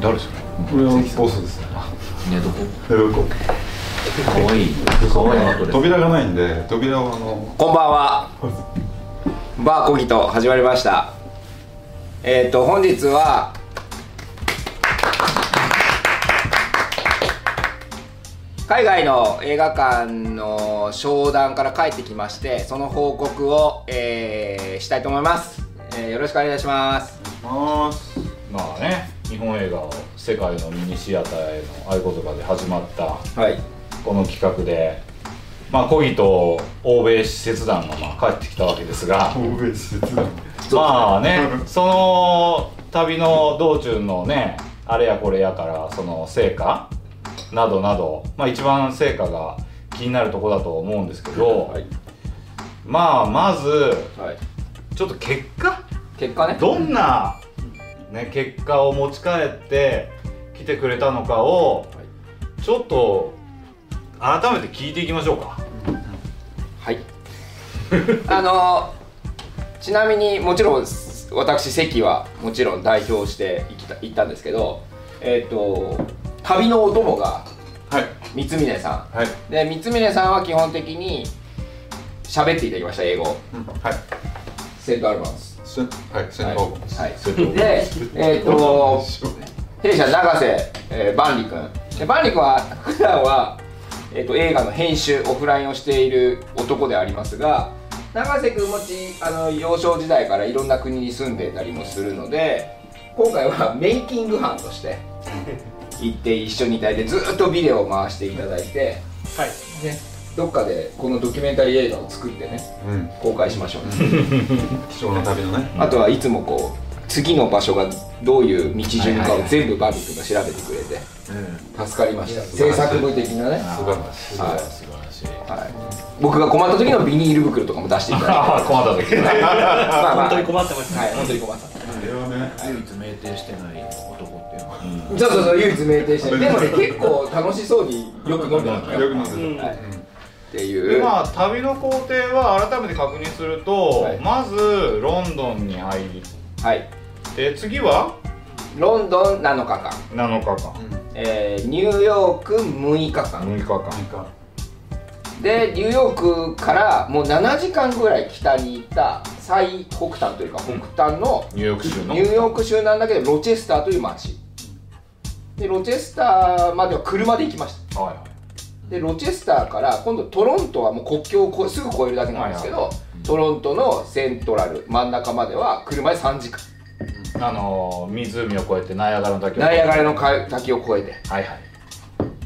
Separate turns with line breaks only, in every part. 誰それ
俺は
ボスです
寝床
寝床
かわいいかわいい後です
扉がないんで扉をあの
こんばんは。バーコギと始まりました。えっ、と本日は海外の映画館の商談から帰ってきまして、その報告を、えーしたいと思います、えーよろしくお願いします。
まーす
まあね日本映画を世界のミニシアターへの合言葉で始まった
はい。
この企画でまあコギと欧米使節団がまあ帰ってきたわけですが
欧米施設だ
まあねその旅の道中のねあれやこれやからその成果などなどまあ一番成果が気になるとこだと思うんですけど、
はい
まあまず
はい。
ちょっと結果
結果ね。
どんな、ね、結果を持ち帰って来てくれたのかをちょっと改めて聞いていきましょうか
はい。あのちなみにもちろん私関はもちろん代表して行きた行ったんですけど、えっ、と旅のお供が
はい
三峰さ
はい
ん。で三峰さんは基本的に喋っていただきました英語。
うんはい
セントアルバムス。
せはいセ
は
ン
い
トオーバーです
はい。でえっ、と弊社永瀬、えー、万里君で万里君は普段は、えー、と映画の編集オフラインをしている男でありますが永瀬君もちあの幼少時代からいろんな国に住んでたりもするので今回はメイキング班として行って一緒にいただいてずっとビデオを回していただいて、
はい
ね、どっかでこのドキュメンタリー映画を作ってね
うん
公開しましょう、
貴重な旅のね
あとはいつもこう次の場所がどういう道順かを全部バル君が調べてくれて助かりました制作部的なね、
素晴らしい
はい
素晴らしい
はい、僕が困った時のビニール袋とかも出していただいて
ああ 困った時 ね
まあまあ
本当に困ってます
はい本当に困った
あれはね
唯一酩酊してない男っていうのは
そうそうそう唯一酩酊してでもね結構楽しそうによく飲んでたの
よ
よ
く飲んでた
うん
はいって
で
いう、
まあ旅の工程は改めて確認すると、
はい
まずロンドンに入
はい
って次は
ロンドン7日間、
7日間
えーニューヨーク6日間
6日
なん
間
か
でニューヨークからもう7時間ぐらい北に行った最北端というか北端の、
ニューヨーク州の
ニューヨーク州なんだけどロチェスターという町でロチェスターまでは車で行きました
は
でロチェスターから今度トロントはもう国境を越えすぐ越えるだけなんですけどトロントのセントラル真ん中までは車で3時間
いはいあのー湖を越えてナイアガラの滝を
ナイアガラ
の
の海滝を越えて
はいはい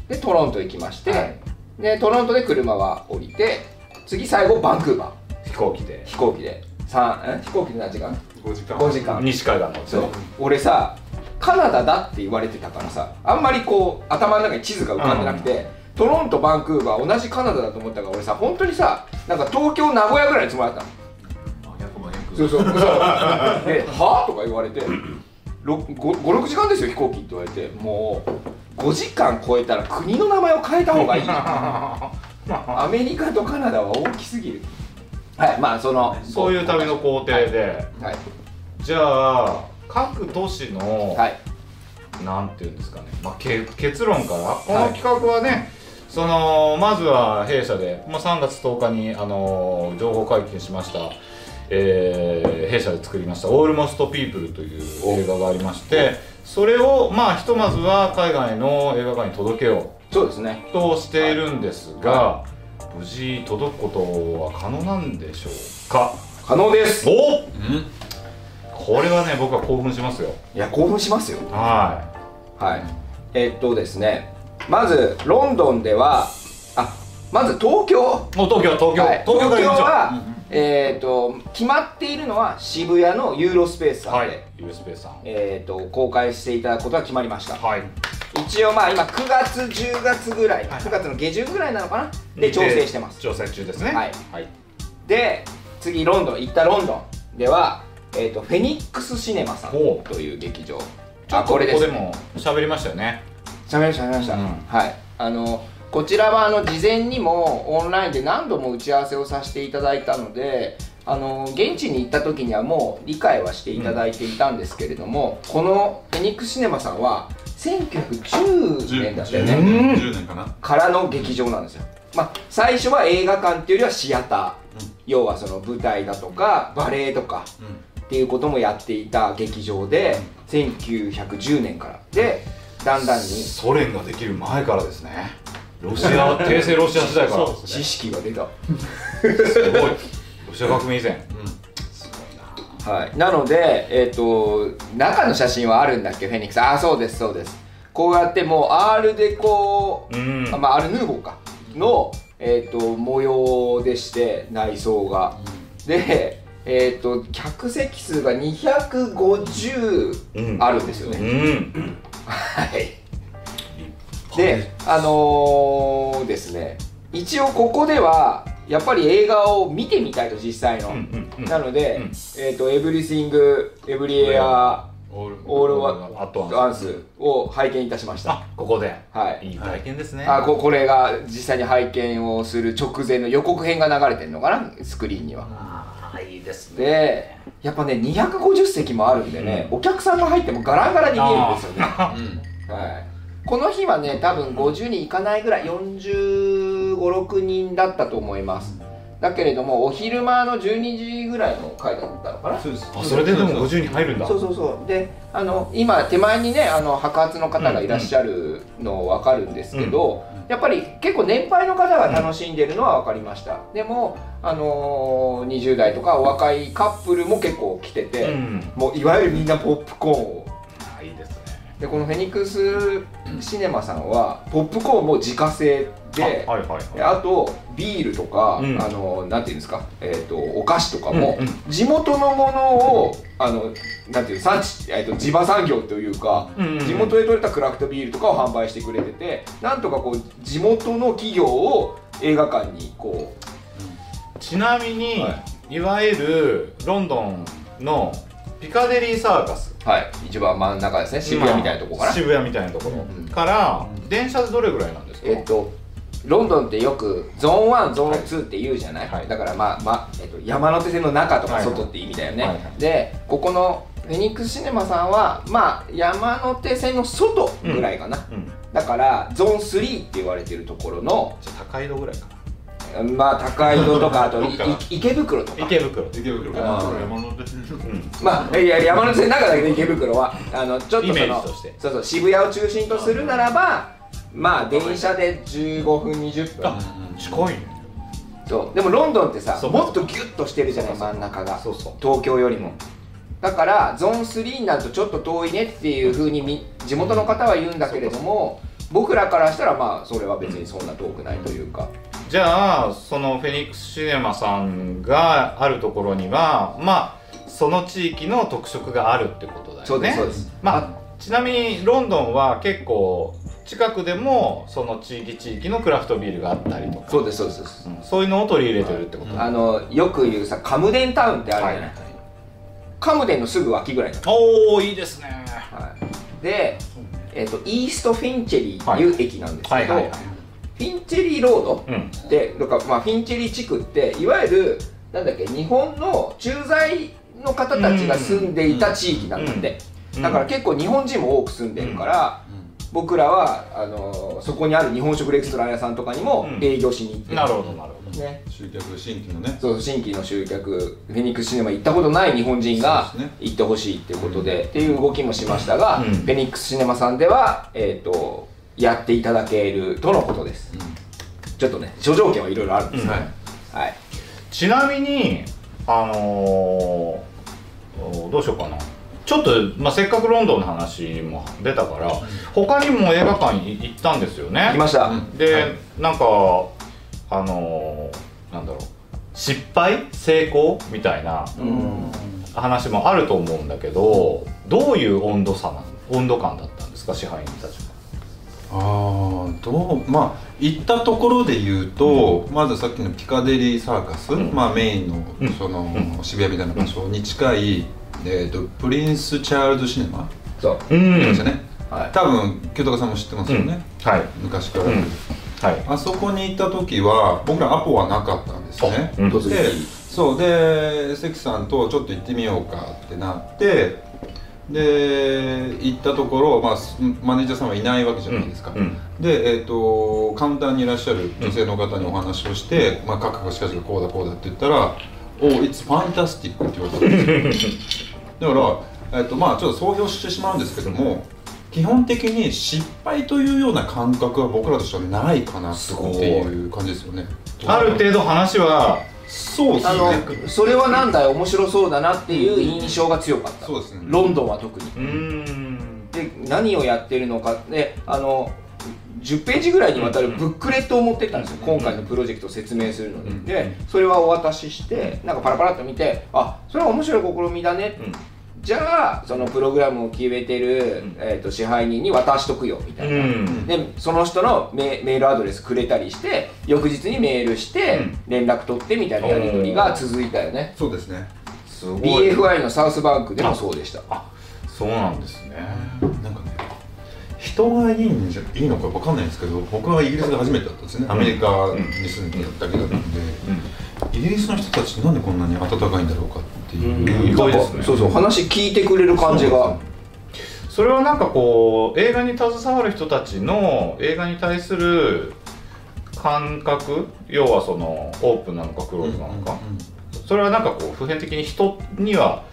でトロント行きまして、
はい
でトロントで車は降りて次最後バンクーバー
飛行機で
飛行機で三ん飛行機で何時間
5時間
5時間
西海岸の
そう俺さカナダだって言われてたからさあんまりこう頭の中に地図が浮かんでなくて、トロントバンクーバー同じカナダだと思ったから俺さ本当にさなんか東京名古屋ぐらいのつもりだったの
真逆真逆
そうそう そうで「はあ?」とか言われて56時間ですよ飛行機って言われてもう5時間超えたら国の名前を変えた方がいいアメリカとカナダは大きすぎるはいまあその
そういう旅の工程で、
はい
じゃあ各都市の、
はい
なんていうんですかね、まあ、け結論からこの企画はね、そのまずは弊社で、まあ、3月10日に、あのー情報解禁しました、えー弊社で作りました「オールモストピープル」という映画がありましてそれをまあひとまずは海外の映画館に届けよ
そうですね
うとしているんですが、無事届くことは可能なんでしょうか
可能です
お
うん
これはね僕は興奮しますよ
いや興奮しますよ
は
はい、えっとですねまずロンドンではあまず東京
いもう東京東京、
はい
東京から行きましょう
は、えっと決まっているのは渋谷のユーロスペースさんで、
はい、ユースペースさん。
えっと公開していただくことが決まりました
はい。
一応まあ今9月10月ぐらい9月の下旬ぐらいなのかなで調整してます
調整中ですね。
はい
はい。
で次ロンドン行ったロンドンでは、えっとフェニックスシネマさん
ほう
という劇場
ちょ
あ
っとこ
これ
れ
で
ですここでも喋りましたよね。
喋りました喋りました、
うん
はいあのこちらはあの事前にもオンラインで何度も打ち合わせをさせていただいたのであの現地に行った時にはもう理解はしていただいていたんですけれども、このフェニックスシネマさんは1910年だったよね、
10年10年かな
からの劇場なんですよ、まあ、最初は映画館っていうよりはシアター、
うん
要はその舞台だとかバレエとか
うん
っていうこともやっていた劇場で1910年からでだんだんに
ソ連ができる前からですねロシア帝政ロシア時代から
そう
知識が出た、
すごいロシア革命以前
はい、なので、えっと中の写真はあるんだっけフェニックスああそうですそうですこうやってもうアールデコ
うん
あまあ、アルヌーボーかの、えー、と模様でして内装が、で、えー、と客席数が
う
250
ん
あるんですよね、
うん
はいであのーですね一応ここではやっぱり映画を見てみたいと実際の、
うんうん
なので、
うん
えー、とエブリシングエブリエア
オール
オール
ア
ワ
ットワン
アンスを拝見いたしました
あここで
はい
いい体験ですね
あここれが実際に拝見をする直前の予告編が流れてるのかなスクリーンには
あーいいですね
でやっぱね250席もあるんでね、お客さんが入ってもガランガラに見えるんですよね、は
うん
い、この日はね多分50人いかないぐらい4546人だったと思いますだけれどもお昼間の12時ぐらいの回だったのかな
そうです
あそれででも50に入るんだ
そうそうそうであの今手前にねあの白髪の方がいらっしゃるの分かるんですけど、やっぱり結構年配の方が楽しんでるのは分かりました、でも、あのー20代とかお若いカップルも結構来てて、
うん
もういわゆるみんなポップコーンを
あいいですね
でこのフェニックスシネマさんはポップコーンも自家製で
あはいはいはい
であとビールとか、
うん
あのなんていうんですか、えー、とお菓子とかも、
うんうん
地元のものをあのなんていう産地、えー、と地場産業というか、
うんうんうん
地元で取れたクラフトビールとかを販売してくれててなんとかこう地元の企業を映画館にこ
ちなみに、、
はい
わゆるロンドンのピカデリーサーカス
う、はい、一番真ん中ですね渋谷みたいなとこかな。
渋谷みたいなところ、
うん
から電車でどれぐらいなんですか、
えっとロンドンってよくゾーン1ゾーン2って言うじゃない、
はい
だからまあ、まあえっと、山手線の中とか
はい
外って意味だよね、
はいはい
でここのフェニックスシネマさんはまあ山手線の外ぐらいかな、
うん、
だからゾーン3って言われてるところの
じゃあ高井戸ぐらいかな
まあ高井戸とかあ とい
どっか
い池袋とか
池袋
池袋か
あー
山手線
まあいや山手線の中だけど池袋はあのちょっと
イメ
そ
ー
の
ジとして
そうそう渋谷を中心とするならばまあ電車で15分20分
近いね
そうでもロンドンってさ
そう
もっとギュッとしてるじゃない真ん中が
そうそう
東京よりもだからゾーン3になるとちょっと遠いねっていうふうにみ地元の方は言うんだけれども僕らからしたらまあそれは別にそんな遠くないというか
じゃあそのフェニックスシネマさんがあるところにはまあその地域の特色があるってことだよね
そうですそうです
まあちなみにロンドンは結構近くでもその地域地域のクラフトビールがあったりとか
そうですそうですそうです
うんそういうのを取り入れてるってこと、
あのよく言うさカムデンタウンってあるじゃない、
はい
カムデンのすぐ脇ぐらいなの
おおいいですね
はい、で、えっとイーストフィンチェリーっていう駅なんですけど、フィンチェリーロード、
うん
でなんかまあフィンチェリー地区っていわゆるなんだっけ日本の駐在の方たちが住んでいた地域なんだって、
うん
だから結構日本人も多く住んでるから、僕らはあのーそこにある日本食レストラン屋さんとかにも
うん
営業しに行って、
なるほどなるほど
ね
集客新規のね
そう新規の集客フェニックスシネマ行ったことない日本人が
そうですね
行ってほしいっていうことでっていう動きもしましたが、
うん
フェニックスシネマさんでは、えー、とやっていただけるとのことです、ちょっとね諸条件はいろいろあるんですが、
うん
はい
ちなみにあのーおどうしようかなちょっと、まあ、せっかくロンドンの話も出たから他にも映画館に行ったんですよね
来ました、
うん
で、
はい
なんかあのーなんだろう失敗成功みたいな
うん
話もあると思うんだけどどういう温度差なん温度感だったんですか支配人たちは
ああどうまあ行ったところで言うと、まずさっきのピカデリーサーカス、
ん
まあ、メインの
うん
その、渋谷みたいな場所に近い、えー、とプリンス・チャールズ・シネマ
そう
うん
ですよね、
はい
多分清高さんも知ってますよね、
はい、
昔から、
うん、はい
あそこに行った時は僕らアポはなかったんですね
うん
どうぞ
でそうで関さんとちょっと行ってみようかってなってで行ったところ、まあ、すマネージャーさんはいないわけじゃないですか、
うん
で、えー、とカウンターにいらっしゃる女性の方にお話をして「まあ、カクカクしかしがこうだこうだ」って言ったら「お it's fantastic」って言われたんです よだから、えーとまあ、ちょっと総評してしまうんですけども基本的に失敗というような感覚は僕らとしてはないかなっていう感じですよね
ある程度話は
そうです
あ
ね
のそれはなんだよ面白そうだなっていう印象が強かった
そうですね
ロンドンは特に
うーん
で何をやってるのかであの10ページぐらいにわたるブックレットを持ってったんですよ今回のプロジェクトを説明するのにでそれはお渡ししてなんかパラパラっと見てあそれは面白い試みだね
うん
じゃあそのプログラムを決めてる、えー、と支配人に渡しとくよみたいな、
うん
でその人のメメールアドレスくれたりして翌日にメールして
うん
連絡取ってみたいなやり取りが続いたよね
そうですね
すごい
BFI のサウスバンクでもそうでした
そうなんですね
なんかね人がいいんじゃいいのかわかんないんですけど僕はイギリスで初めてだったんですねアメリカに住んでただけだったんで、イギリスの人たちなんでこんなに温かいんだろうかっていう、
意外ですね
そうそう話聞いてくれる感じが
それはなんかこう映画に携わる人たちの映画に対する感覚要はそのオープンなのかクローズなのか、それはなんかこう普遍的に人には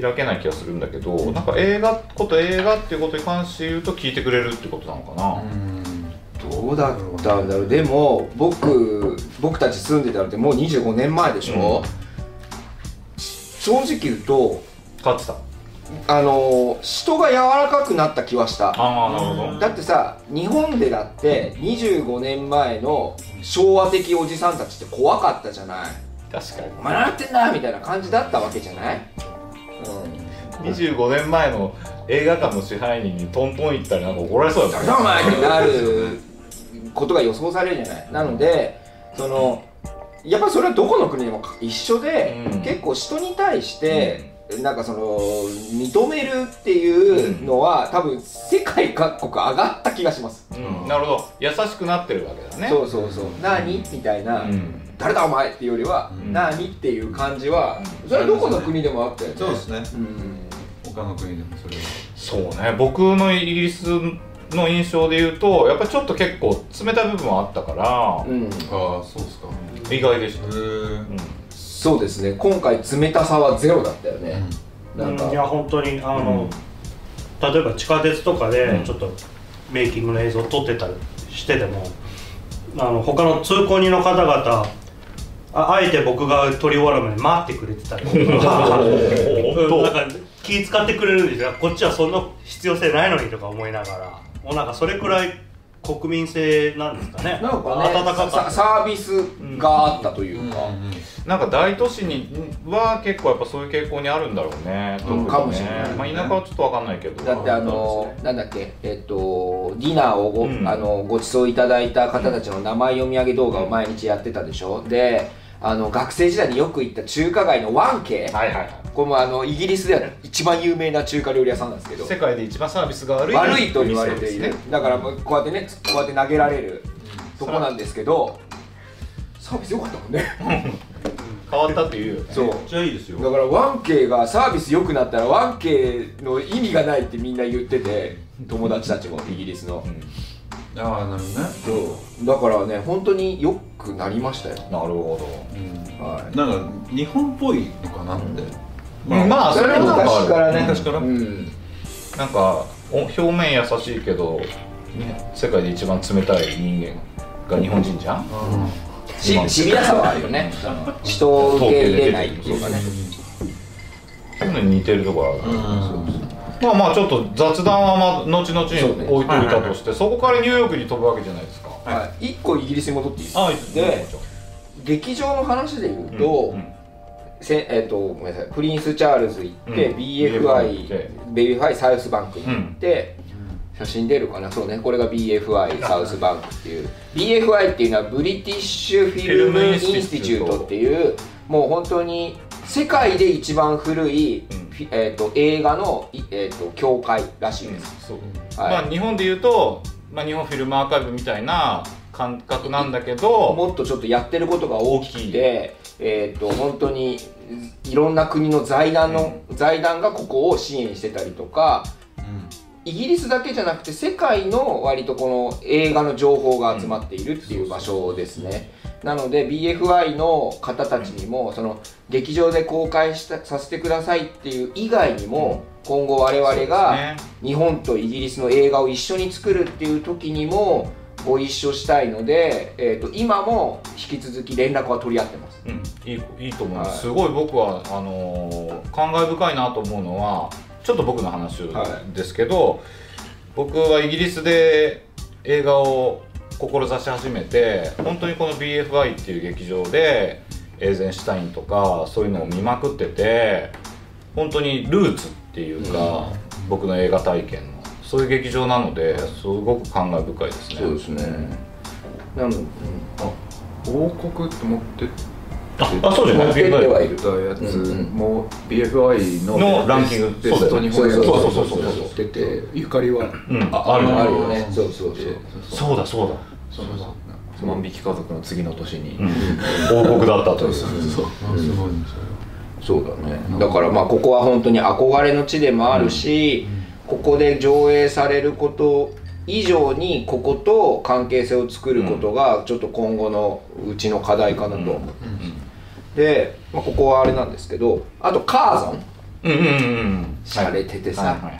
開けない気がするんだけど、なんか映画こと映画っていうことに関して言うと聞いてくれるってことなのかな、
どうだったんだろうでも僕僕たち住んでたのってもう25年前でしょ、
う
正直言うと
勝ってた
あの人が柔らかくなった気はした
ああなるほど、
だってさ日本でだって25年前の昭和的おじさんたちって怖かったじゃない
確かに
「お前何やってんだ!」みたいな感じだったわけじゃない、うん、
25年前の映画館の支配人にトントン行ったらなんか怒られそうだ
誰
もん
だお前ってなることが予想されるじゃないなのでそのやっぱりそれはどこの国でも一緒で、
うん
結構人に対して、なんかその認めるっていうのは、多分世界各国上がった気がします、
うんなるほど優しくなってるわけだね
そうそうそう何みたいな、
うん
誰だお前っていうよりは、
うん
何っていう感じは、
うん
それはどこの国でもあったよね
そうですね
うん
他の国でもそれは
そうね僕のイギリスの印象で言うとやっぱりちょっと結構冷たい部分はあったから、
うん、
ああそうですか
意外でし
へ
た、うん
そうですね今回冷たさはゼロだったよね、
う
なん
ん
か
いや本当にあの、例えば地下鉄とかで
うん
ちょっとメイキングの映像を撮ってたりしてでもあの他の通行人の方々ああえて僕が撮り終わるまで待ってくれてたりとかうんなんか気使ってくれるんですよこっちはそんな必要性ないのにとか思いながらもうなんかそれくらい国民性なんですかね
なんかね
温かかった
さサービスがあったというか、
なんか大都市には結構やっぱそういう傾向にあるんだろうね、特にね
かもしれない
まあ、田舎はちょっとわかんないけど
だってあのなんだっけえっとディナーをご,、
うん
あのご馳走いただいた方たちの名前読み上げ動画を毎日やってたでしょであの学生時代によく行った中華街のワンケイ
はいはいは
これもあのイギリスでは一番有名な中華料理屋さんなんですけ
い
ど
世界で一番サービスが悪い
悪いと言われて
お
い
店で
る
すね
だからもうこうやってねこうやって投げられるとこなんですけどサービス良かったもんね
変わったっていうよね
そう
じゃあいいですよ
だからワンケイがサービス良くなったらワンケイの意味がないってみんな言ってて友達たちもイギリスの
うん
ああなるほどね
そうだからね本当に良くなりましたよ
なるほ
はい
なんか日本っぽいのかなって、
どまあそれはなんかあ
昔
る
からね
昔から
うん
なんかお表面優しいけど、ね、世界で一番冷たい人間が日本人じゃん、
シシビアさはあるよね人を受け入れないっていうかね
そういうのに似てるところある、まあまあちょっと雑談はまあ後々に置いといたとしてそ,、こからニューヨークに飛ぶわけじゃないですか
はい一個イギリスに戻っていいですか
あ
で劇場の話で言うとせえっとごめんなさいプリンス・チャールズ行って、
うん BFI 行って
BFI ベビーファイサウスバンク行って、写真出るかなそうねこれが BFI サウスバンクっていう BFI っていうのはブリティッシュフィルムインスティチュートっていうもう本当に世界で一番古い、
うん
フィえっと映画の、いえっと協会らしいです、はい
まあ日本で言うと、まあ、日本フィルムアーカイブみたいな感覚なんだけど
もっとちょっとやってることが大きくて、えー、と本当にいろんな国の財団の、財団がここを支援してたりとかイギリスだけじゃなくて世界の割とこの映画の情報が集まっているっていう場所ですね。なので BFI の方たちにもその劇場で公開したさせてくださいっていう以外にも今後我々が日本とイギリスの映画を一緒に作るっていう時にもご一緒したいので、えー、と今も引き続き連絡は取り合ってます。
うん、いいいいと思います、
はい
すごい僕はあのー感慨深いなと思うのはちょっと僕の話ですけど、僕はイギリスで映画を志し始めて本当にこの BFI っていう劇場でエーゼンシュタインとかそういうのを見まくってて本当にルーツっていうか、僕の映画体験のそういう劇場なのですごく感慨深いですね。
すね。なので、
王国って持ってっ
あそうじゃない
持ってってはいる。
たやつ
うんうん
も BFI の
のランキング
ベスト日本映画
そうそうそうそうそう
出てゆかりは
うん、ある
あるよね。そうそうそう。
そうだそうだ
そうそうそう万引き家族の次の年に
王国だったという
あすごいんですよ
そうだねだからまあここは本当に憧れの地でもあるし、ここで上映されること以上にここと関係性を作ることがちょっと今後のうちの課題かなと思う、で、まあ、ここはあれなんですけどあとカーゾン
うんうんうんうん
洒落ててさ、
はいはいは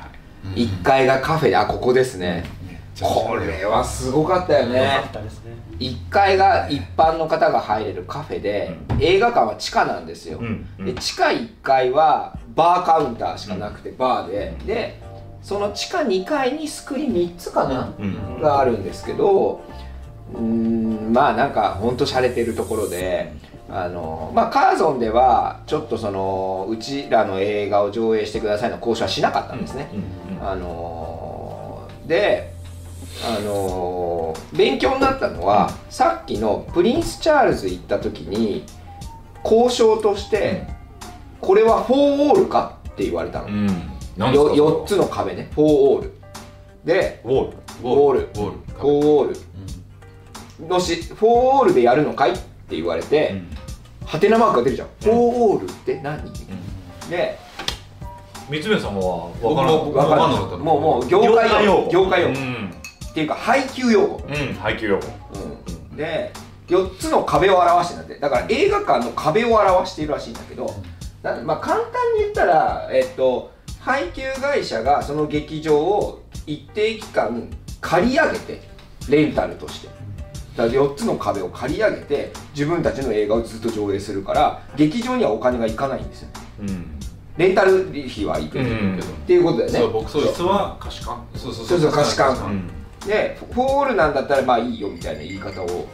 い
1階がカフェであここですねこれはすごかったよね
かったですね
1階が一般の方が入れるカフェで、映画館は地下なんですよ、
うんうん
で地下1階はバーカウンターしかなくてバーで、でその地下2階にスクリーン3つかな、
うん
があるんですけどうーんまあなんかほんと洒落てるところであのまあカーゾンではちょっとそのうちらの映画を上映してくださいの交渉はしなかったんですね、
うん
あのーで、あのー勉強になったのは、さっきのプリンス・チャールズ行った時に交渉として、これはフォーオールかって言われたの、
うん何ですか
よ4つの壁ねフォーオールで
ウォール
ウォール
ウォール
フォーオールのしフォーオールでやるのかいって言われて、ハテナマークが出るじゃん、フォーオールって何、で
三つ目さんは分
僕
から
も
ん
僕わ
わ
かん
ん
な
な
かった
もうもう業界用語業界用
う
語、っ
ん
ていうか配給用語、
うん配給用語
うんで4つの壁を表してるんだってだから映画館の壁を表しているらしいんだけどなんまあ、簡単に言ったら、えっと、配給会社がその劇場を一定期間借り上げてレンタルとしてだから4つの壁を借り上げて自分たちの映画をずっと上映するから劇場にはお金がいかないんですよね
うん
レンタル費はいく
うんん
だけど、っていうことだよね
そう僕そう実は貸し館そうそう
そうそう貸し館
う
うんん
でフォーオールなんだったらまあいいよみたいな言い方を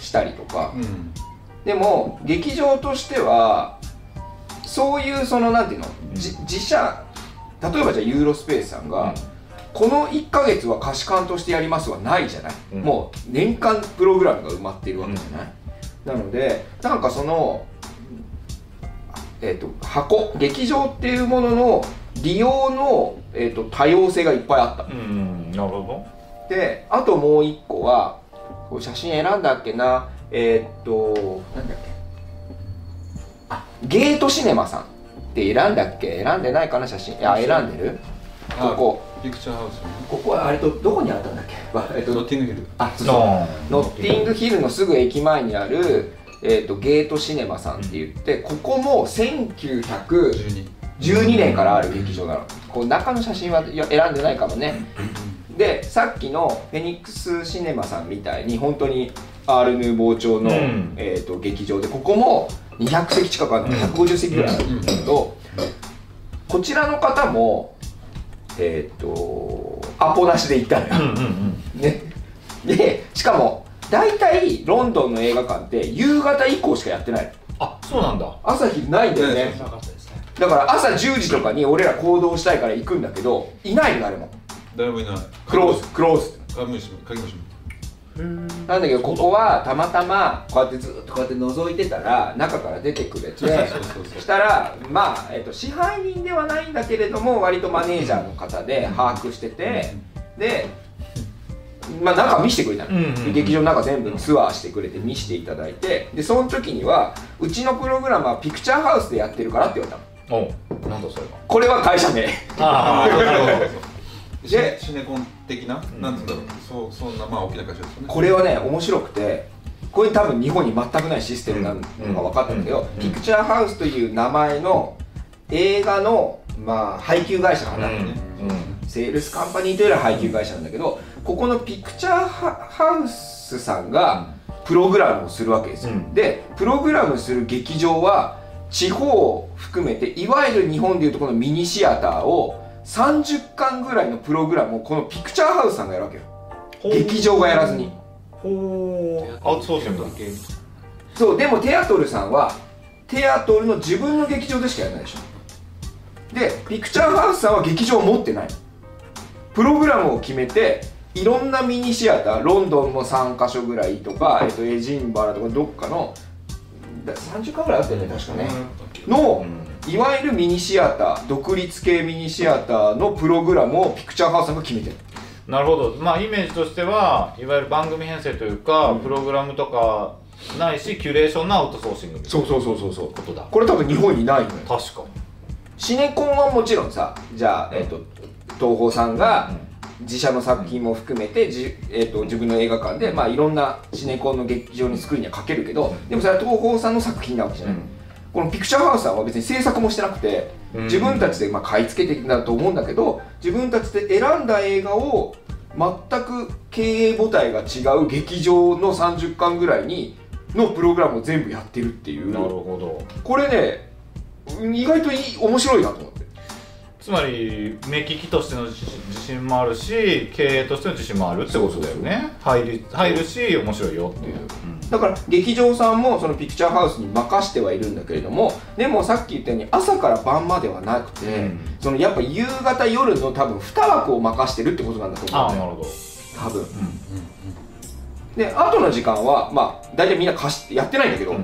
したりとか、でも劇場としてはそういうそのなんていうの、じ自社例えばじゃあユーロスペースさんが、
うん
この1ヶ月は貸し館としてやりますはないじゃない、
うん
もう年間プログラムが埋まっているわけじゃない、なのでなんかその、えー、と箱劇場っていうものの利用の、えー、と多様性がいっぱいあった
うんなるほ
であともう一個はこれ写真選んだっけなえーっとなんだっけあゲートシネマさんって選んだっけ選んでないかな写真いや選んでるここ
ピクチャーハウス
ここはあれとどこにあったんだっけわえっ
ノッ
と
ティングヒル
あ
ど
そう
あ
ノッティングヒルのすぐ駅前にある、えー、とゲートシネマさんって言ってここも1900
12
12年からある劇場なのこう中の写真はいや選んでないかもねでさっきのフェニックスシネマさんみたいに本当にアール・ヌーボー調の、
うん
えー、と劇場でここも200席近くあるのか150席ぐらいあるんだけど、こちらの方もえっ、とアポなしで行ったのよ
うんうん
ね、でしかも大体ロンドンの映画館って夕方以降しかやってない
あそうなんだ
朝昼ないんだよね
なかったですね
だから朝10時とかに俺ら行動したいから行くんだけどいないの誰も
誰もいない
クローズクローズ
鍵も閉め鍵も閉
なんだけどここはたまたまこうやってずっとこうやって覗いてたら中から出てくれて
そうそうそうそう
したらまあ、えっと支配人ではないんだけれども割とマネージャーの方で把握しててでまあ、中見せてくれたの、
うんうんうん
劇場の中全部ツアーしてくれて見せていただいてでその時にはうちのプログラムはピクチャーハウスでやってるからって言われたの
おなんだそれは
これは会社名
あ
シネ
で
シネコン的な、なんつうんだろう、そうそんなまあ大きな会社ですよね。
これはね面白くてこれ多分日本に全くないシステムなのが分かったんだけど、ピクチャーハウスという名前の映画の、まあ、配給会 社かな、セールスカンパニーというよりは配給会社なんだけどここのピクチャーハハウスさんがプログラムをするわけですよ、
うん
でプログラムする劇場は地方を含めていわゆる日本でいうとこのミニシアターを30巻ぐらいのプログラムをこのピクチャーハウスさんがやるわけよ劇場がやらずに
ほうアウトソーシングだ
そうでもテアトルさんはテアトルの自分の劇場でしかやらないでしょでピクチャーハウスさんは劇場を持ってないプログラムを決めていろんなミニシアターロンドンも3か所ぐらいとか、えっと、エジンバラとかどっかのだ30かぐらいあったよね確かねのいわゆるミニシアター独立系ミニシアターのプログラムをピクチャーハウスさんが決めてる
なるほどまあイメージとしてはいわゆる番組編成というか、プログラムとかないしキュレーションのアウトソーシングみたいな
うそうそうそうそう
ことだ
これ多分日本にないのよ
確か
シネコンはもちろんさじゃあ、えっと東宝さんが自社の作品も含めてじ、えっと自分の映画館で、まあ、いろんなシネコンの劇場に作るにはかけるけどでもそれは東宝さんの作品なわけじゃない、このピクチャーハウスさんは別に制作もしてなくて自分たちでまあ買い付けてきたと思うんだけど自分たちで選んだ映画を全く経営母体が違う劇場の30巻ぐらいにのプログラムを全部やってるっていう
なるほど
これね意外といい面白いなと思って。
つまり目利きとしての自自信もあるし経営としての自信もあるってことだよね入り入るし面白いよっていう、
だから劇場さんもそのピクチャーハウスに任してはいるんだけれどもでもさっき言ったように朝から晩まではなくて、
うん
そのやっぱ夕方夜の多分2枠を任してるってことなんだと
ああ
思うん
な
だよ
るほど
多分、で後の時間はまあ大体みんな貸しやってないんだけど、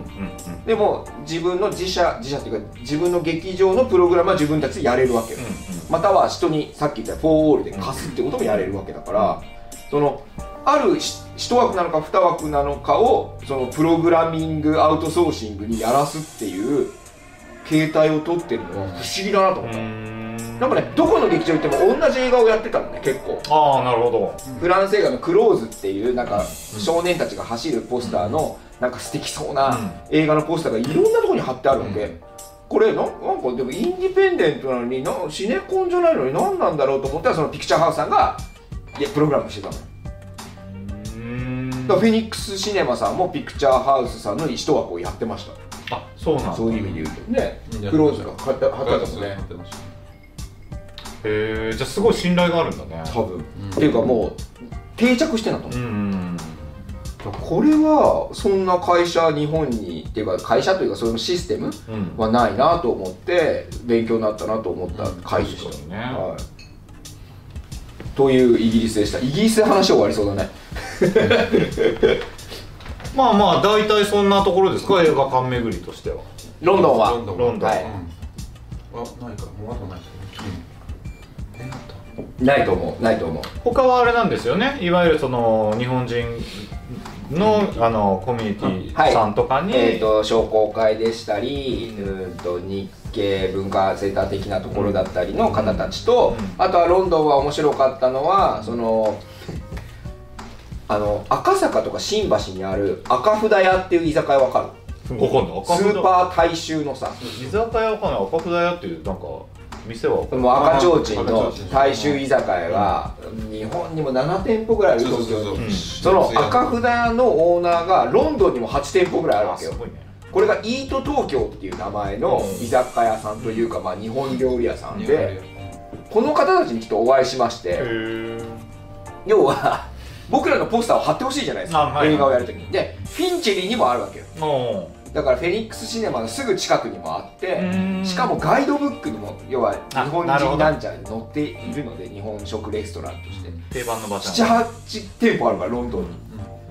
でも自分の自社自社っていうか自分の劇場のプログラムは自分たちでやれるわけよ、または人にさっき言ったフォーウォールで貸すってこともやれるわけだから、そのあるし一枠なのか二枠なのかをそのプログラミングアウトソーシングにやらすっていう形態を取ってるのは不思議だなと思った、なんかねどこの劇場行っても同じ映画をやってたのね結構
ああなるほど
フランス映画の「クローズ」っていうなんか少年たちが走るポスターのなんか素敵そうな映画のポスターがいろんなとこに貼ってあるわけ、これななんかでもインディペンデントなのになシネコンじゃないのに何なんだろうと思ったらそのピクチャーハウスさんがいやプログラムしてたのだか
うん
らフェニックスシネマさんもピクチャーハウスさんの一枠をやってまし
あそうなん
た
だ
そういう意味で言うとねクローズが貼って貼ってあったもんね
てました
へえじゃあすごい信頼があるんだね
多分、っていうかもう定着してんだと思う
うんうん
これはそんな会社日本にっていうか会社というかそのシステム
うん
はないなと思って勉強になったなと思った会でした、
確かにね
はい、というイギリスでしたイギリスで話終わりそうだね
まあまあ大体そんなところですか映画館巡りとしては
ロンドンは
ロンドン
ロンドン
は
うんあ、ないか、もうあとないですね。うんえあった
い、ないと思うないと思う
他はあれなんですよねいわゆるその日本人のあのコミュニテ
は
ィ
い
さんとかに、
えー、と商工会でしたり、うーん、と日系文化センター的なところだったりの方たちと、あとはロンドンは面白かったのはそのあの赤坂とか新橋にある赤札屋っていう居酒屋わか
ここの
るスーパー大衆のさ
居酒屋かな赤札屋っていうなんか店は
もう赤ちょうちんの
赤ちょうちん
大衆居酒屋が日本にも7店舗ぐらいある
そう
東
そうそ
京
う
に
そう。
その赤札屋のオーナーがロンドンにも8店舗ぐらいあるわ
す
けよ
ごいね
これがイート東京っていう名前の居酒屋さんというか、まあ、日本料理屋さんでこの方たちにちょっとお会いしまして
へ
要は僕らのポスターを貼ってほしいじゃないですか、
あはい
映画をやるときにでフィンチェリーにもあるわけよ
えも
だからフェニックスシネマのすぐ近くにもあって
うん
しかもガイドブックにも要は日
あ
本
なるほ
人
ど
なんちゃらに載っているので日本食レストランとして
う定番の場所
78店舗あるからロンドンに、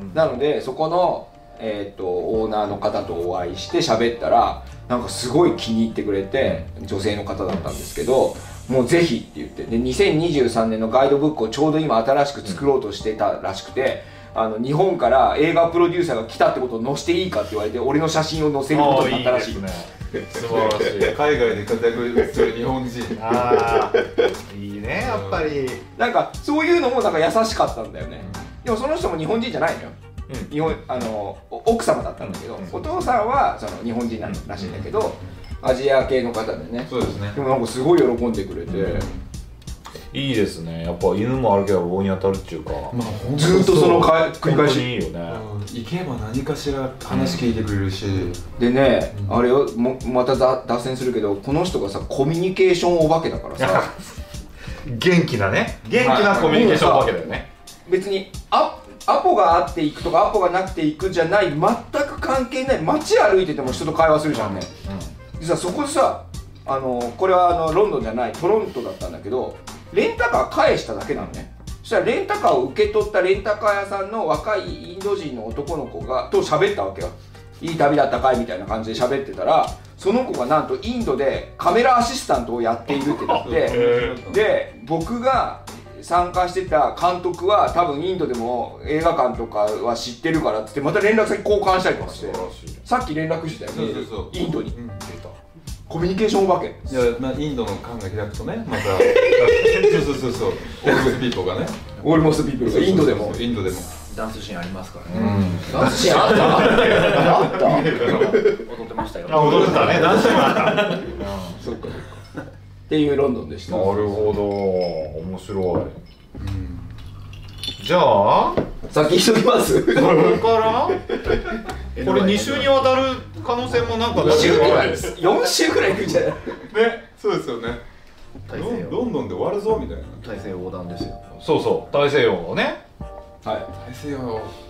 うん
なのでそこの、えー、とオーナーの方とお会いして喋ったらなんかすごい気に入ってくれて女性の方だったんですけどもうぜひって言ってで2023年のガイドブックをちょうど今新しく作ろうとしてたらしくて、あの日本から映画プロデューサーが来たってことを載せていいかって言われて俺の写真を載せることになったらしい
あーいいですね素晴らしい
海外で活躍する日本人
ああいい ねやっぱり
なんかそういうのもなんか優しかったんだよね、でもその人も日本人じゃないのよ、
うん
日本あのお奥様だったんだけど、
うん
お父さんはその日本人なんらしいんだけど、アジア系の方でね
そうですね
でもなんかすごい喜んでくれて、
いいですねやっぱ犬も歩けば棒に当たるっていうか
まあ本当
ずっとそのか繰り返
本
し
当にいいよね
うん行けば何かしら話聞いてくれるし、
でね、
うん
あれをもまただ脱線するけどこの人がさコミュニケーションお化けだからさ
元気なね元気なコミュニケーションわけだよね
別にアアポがあっていくとかアポがなくていくじゃない全く関係ない街歩いてても人と会話するじゃんね、でさそこでさあのこれはあのロンドンじゃないトロントだったんだけどレンタカー返しただけなのねそしたらレンタカーを受け取ったレンタカー屋さんの若いインド人の男の子がと喋ったわけよいい旅だったかいみたいな感じで喋ってたらその子がなんとインドでカメラアシスタントをやっているってな ってで僕が参加してた監督は多分インドでも映画館とかは知ってるからっつってまた連絡先交換したりとかしてさっき連絡してたよね
そうそうそう
インドに
うん
コミュニケーションお化け
いや、まあ、インドの缶が開くとね またそうそうそうそうオールスピーポーがね
オールモスピープルがインドでも
そうそうそうインドでも
ダンスシーンありますからね、
ダンスシーンあったあった
踊ってましたよ
あ踊ってたね男子もあったなる
そうかそうかっていうロンドンでした
ほど面白いじゃあ
先急ぎ ます
これからこれ2週にわたる可能性もなんか出て
週
る
ぐ
から
い4週ぐらい行くんじゃない
ねそうですよね
大西
ロン
洋
ロンドンで終わるぞみたいな
大西洋横断ですよ
そうそう大西洋をね
は
大西洋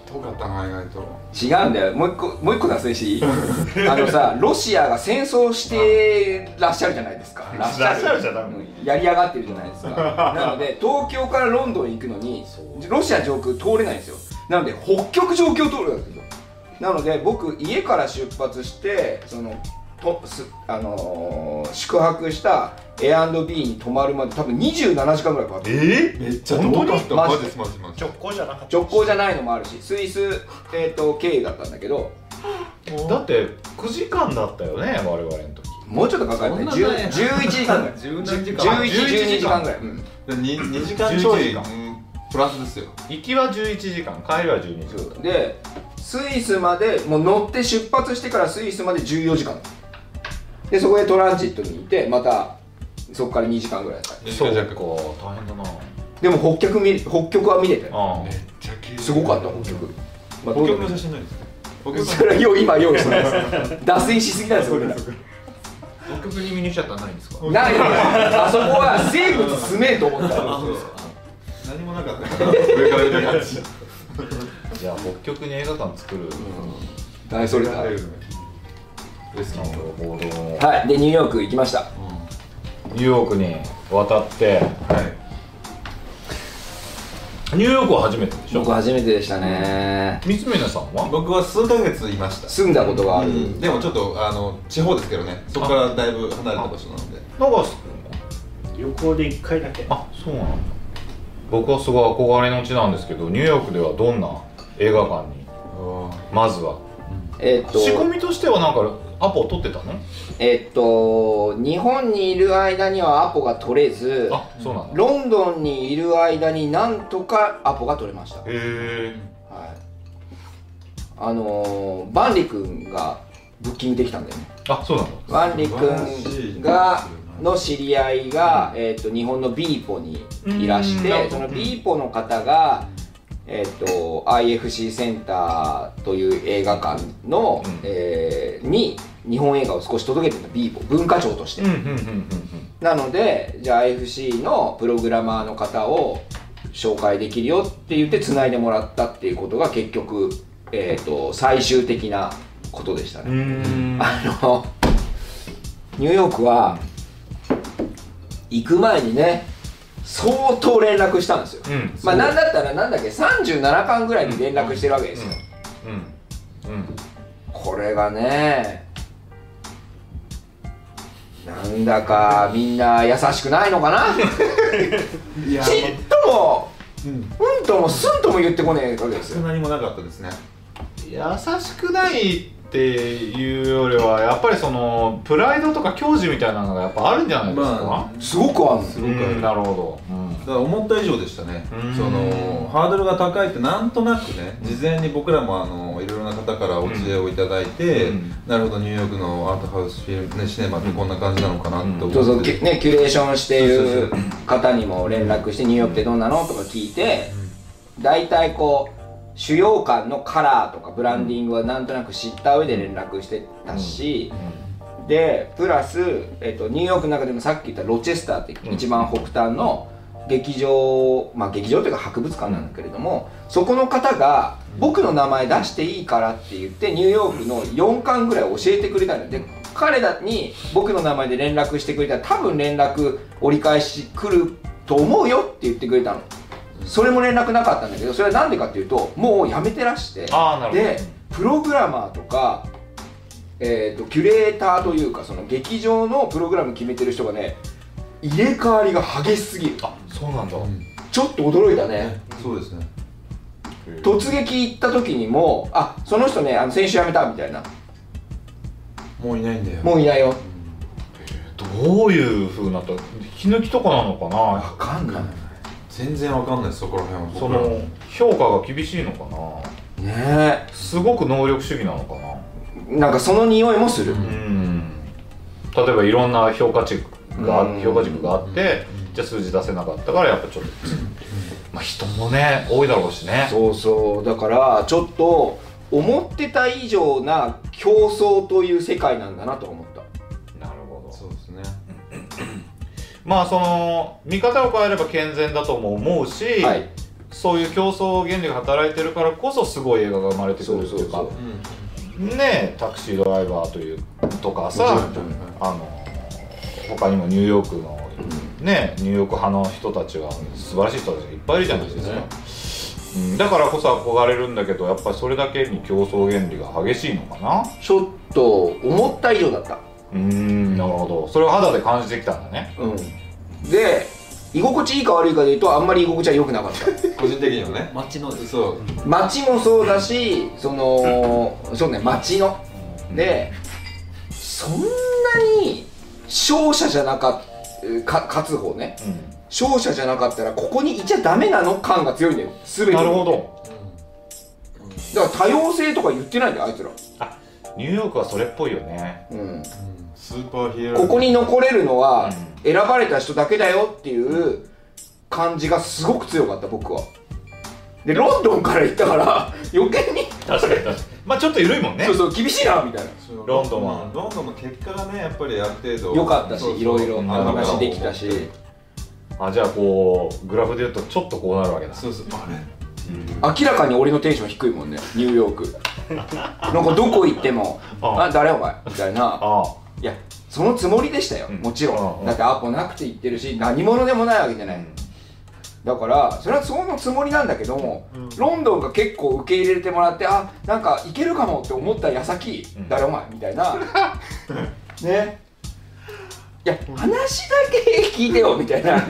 遠かったな意外と
い違うんだよもう一個もう一個脱線していいあのさロシアが戦争してらっしゃるじゃないで すから
っしゃるじゃダメ
うんやり上がってるじゃない ですかなので東京からロンドン行くのにロシア上空通れないんですよなので北極上空を通るんですよなので僕家から出発してそのとすあのー宿泊した A&B に泊まるまで多分27時間ぐらいかかって
え
る
めっちゃ遠かった
マ
マ
ジ
ジですマジマジ
直行じゃなかった
直行じゃないのもあるしスイス、えー、と経由だったんだけど
だって9時間だったよね我々の時
もうちょっとかかるね
そんなね
10 11時間ぐらい
十何時間
1112時間ぐらい、うん
に2時間ちょい
11時間
うんプラスですよ
行きは11時間帰りは12時間
でスイスまでもう乗って出発してからスイスまで14時間でそこでトランジットにいてまたそこから2時間ぐらいかかる
2時
そう
間
か
弱めっ
大変だな
でも北極見北極は見れたよ
あ
ちゃ綺麗
すごかった北極、ま
北
あ、
極
ど
の
う
写真ないですね北
でも
極
それはよう今用意してないです脱線しすぎなんですよ俺ら
北極に見に行っちゃったらないんですか
ないよあそこは生物住めると思った
あ
ら
そうですか何もなかったから 上から見た感じ
あじゃあ北極に映画館作る
大それたは
はい
い
なるほどニュ
でニューヨーク行きました
ーヨークに渡ってニューヨークは初めてでし
僕
ょ
初めてでしたね
三峰さんは
僕は数ヶ月いました
住んだことがある、
うんでもちょっとあの地方ですけどねそこからだいぶ離れた場所なので
長瀬君は
旅行で一回だけ
あそうなんだ僕はすごい憧れの地なんですけどニューヨークではどんな映画館にまずは
えっと
仕込みとしてはなんかアポ取ってたの
えっと日本にいる間にはアポが取れず
あそうなんだ
ロンドンにいる間になんとかアポが取れました、はい、
へえ
あのーバンリ君がブッキングできたんだよね
あそうなんだ
バンリ
素晴らし
君
い
がの知り合いが、えっと日本のビーポにいらし
うんな
て
るほ
そ
ど
のビーポの方が、えっと IFC センターという映画館の、
うん
えーに日本映画を少し届けてたビーポ文化庁として
うん、うんうんうんうん
なのでじゃあ IFC のプログラマーの方を紹介できるよって言ってつないでもらったっていうことが結局、えー、と最終的なことでした
う
ね、
ーん
あのニューヨークは行く前にね相当連絡したんですよ、
うん
まあなんだったらなんだっけ37巻ぐらいに連絡してるわけですよ、
うんうん
これがねなんだかみんな優しくないのかな
いや
ちっとも
うん
うんともすんとも言ってこねえわけです
少
よ
何もなかったですね
優しくないっていうよりはやっぱりそのプライドとか矜持みたいなのがやっぱあるんじゃないですか、
ま
すごくあんの
すご
う
くある
ん、なるほど、うん
だから思った以上でしたね
うん
そのハードルが高いってなんとなくね事前に僕らもあのいろいろな方からお知恵をいただいて、
うん
なるほどニューヨークのアートハウスフィルム、ね、シネマってこんな感じなのかなって
そうそ
思っ
う
て
き
て、
ね、キュレーションしてい
そうそ
る
う
方にも連絡してニューヨークってどんなのとか聞いて大体こう主要館のカラーとかブランディングはなんとなく知った上で連絡してたし、でプラス、えっと、ニューヨークの中でもさっき言ったロチェスターって一番北端の劇場、まあ劇場というか博物館なんだけれどもそこの方が僕の名前出していいからって言ってニューヨークの4巻ぐらい教えてくれたので彼らに僕の名前で連絡してくれたら多分連絡折り返し来ると思うよって言ってくれたのそれも連絡なかったんだけどそれは何でかっていうともうやめてらして
ああなるほど
でプログラマーとか、えー、とキュレーターというかその劇場のプログラム決めてる人がね入れ替わりが激しすぎる
あそうなんだ、
うん
ちょっと驚いたね
ねそうですね
突撃行った時にもあその人ねあの先週辞めたみたいな
もういないんだよ
もういないよ
どういうふうなと引き抜きとかなのかな
分かんない
全然わかんないですそこら辺は
そ
僕ら
の評価が厳しいのか
ね
なすごく能力主義なのかな
えなんかその匂いもする、
うん例えばいろんな評価軸が
うん
評価軸があってじゃあ数字出せなかったからやっぱちょっとまあ人もね多いだろうしね
そうそうだからちょっと思ってた以上な競争という世界なんだなと思った
なるほど
そうですね
まあその見方を変えれば健全だとも思うし、
はい
そういう競争原理が働いてるからこそすごい映画が生まれてくるっていうか
そうそ
ね
う
えタクシードライバーというとかさあの他にもニューヨークの、ねえニューヨーク派の人たちは素晴らしい人たちがいっぱいいるじゃないですか。うん、だからこそ憧れるんだけどやっぱりそれだけに競争原理が激しいのかな
ちょっと思った以上だった
うーんなるほどそれを肌で感じてきたんだね
うん、で居心地いいか悪いかで言うとあんまり居心地は良くなかった
個人的にはね
街のです
そう
街もそうだしそのそうね街のでそんなに勝者じゃなかったか勝つ方ね
う
勝者じゃなかったらここにいちゃダメなの感が強いんだよ全て
ん
に
なるほど
だから多様性とか言ってないんだよあいつら、
ニューヨークはそれっぽいよ ね
うん、
スーパーヒーロー
ここに残れるのは
う
選ばれた人だけだよっていう感じがすごく強かった僕はでロンドンから行ったから余計に
確かに確かにまあちょっと緩いもんね
そうそう厳しいなみたいな
そう
ロンドンは
ロンドンの結果がねやっぱりある程度
良かった
そうそ
し
う
いろいろ
うん
話できたし
あじゃあこうグラフで言うとちょっとこうなるわけだ
そうそうあれ
明らかに俺のテンション低いもんねニューヨークなんかどこ行っても「
ああ
あ誰お前」みたいな
ああ
いやそのつもりでしたよ
うん
もちろ
うん
んだってアポなくて行ってるし何者でもないわけじゃないだからそれはそのつもりなんだけども、ロンドンが結構受け入れてもらってあなんかいけるかもって思った矢先、
うん
誰お前みた いなねいや話だけ聞いてよみたいな
ねそう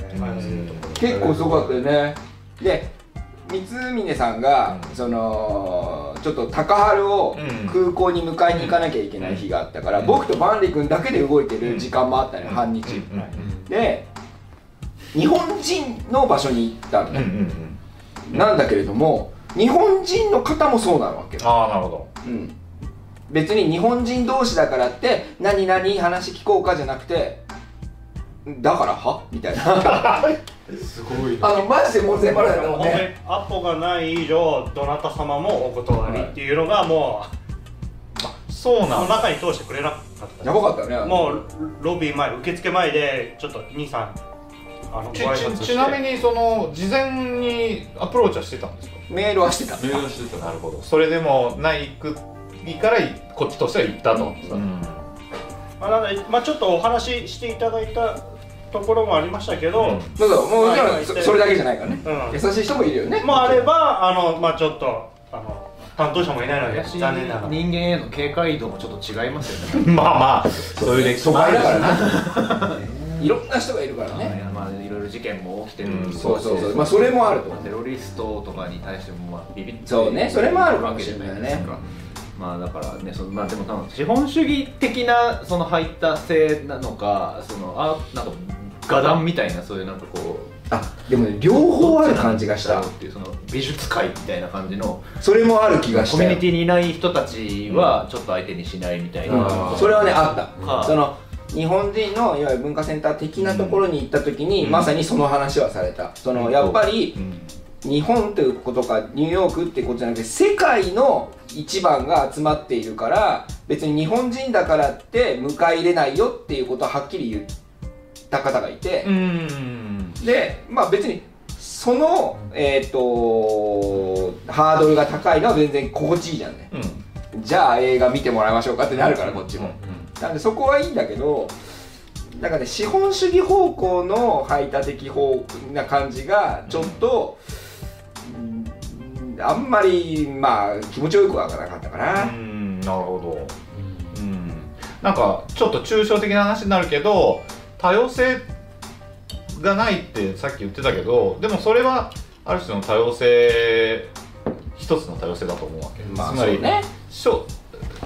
だよね
うん
結構すごかったよねで光峰さんが、
うん
そのちょっと高春を
うん
空港に迎えに行かなきゃいけない日があったから、
ん
僕と万里君だけで動いてる時間もあったね、
うん
半日、
うん
で日本人の場所に行ったの
うんうんう
ね、
ん
なんだけれども日本人の方もそうなわけよ、
ああなるほ
うん、別に日本人同士だからって「何何話聞こうか」じゃなくて「だからは?」みた いな
すごい
あのマジでもう全部だよもうね
アポがない以上どなた様もお断りっていうのがも
どそう
うそ
な
の
んだ
中に通してくれなかった
やばかったよねあの
もうロビー前受付前でちょっと兄さんあのご
ち
挨拶して
ちちなみにその事前にアプローチはしてたんですか
メールはしてた
メールしてた
なるほどそれでもないくいいからこっちとしては行ったと、うん
まあなんでまあ、ちょっとお話ししていただいたところもありましたけど、
そうそうもうもち
はい
ろ
は
ん
い
そそれだけじゃないからね
うん
優しい人もいるよね
もあればあの、まあ、ちょっとあの担当者もいないので
私
残念ながら
人間への警戒度もちょっと違いますよ ね
まあまあそういう歴史
都
もあ
会
る
だ
し
からな いろんな人がいるからね
まあいろいろ事件も起きてる
うん
そうそうそうまあそれもあると
まあテロリストとかに対してもまあビビって
そうねそれもあるかもしれないね
わけじゃですかまあだからねそのまあでも多分資本主義的なその排他性なのかそのあなんか画壇みたいなそういうなんかこう
あでもね両方ある感じがし
ど
た
っちなんだろうっていうその美術界みたいな感じの
それもある気がし
コ
た
ミュ
よ
ニティにいない人たちはちょっと相手にしないみたいな、
うんそれはねあった
か
その日本人のいわゆる文化センター的なところに行った時に、
うん
まさにその話はされたそのやっぱり
うん
日本ということかニューヨークってことじゃなくて世界の一番が集まっているから別に日本人だからって迎え入れないよっていうことをはっきり言った方がいて、
うん
でまあ別にその、えー、とハードルが高いのは全然心地いいじゃんね
うん
じゃあ映画見てもらいましょうかってなるからこっちも、なんでそこはいいんだけどなんかね資本主義方向の排他的方な感じがちょっと、うんあんまりまあ気持ちよくはなかったかな、
うんなるほど、うん、なんかちょっと抽象的な話になるけど多様性がないってさっき言ってたけどでもそれはある種の多様性一つの多様性だと思うわけ、
まあ
つまり
そうね
勝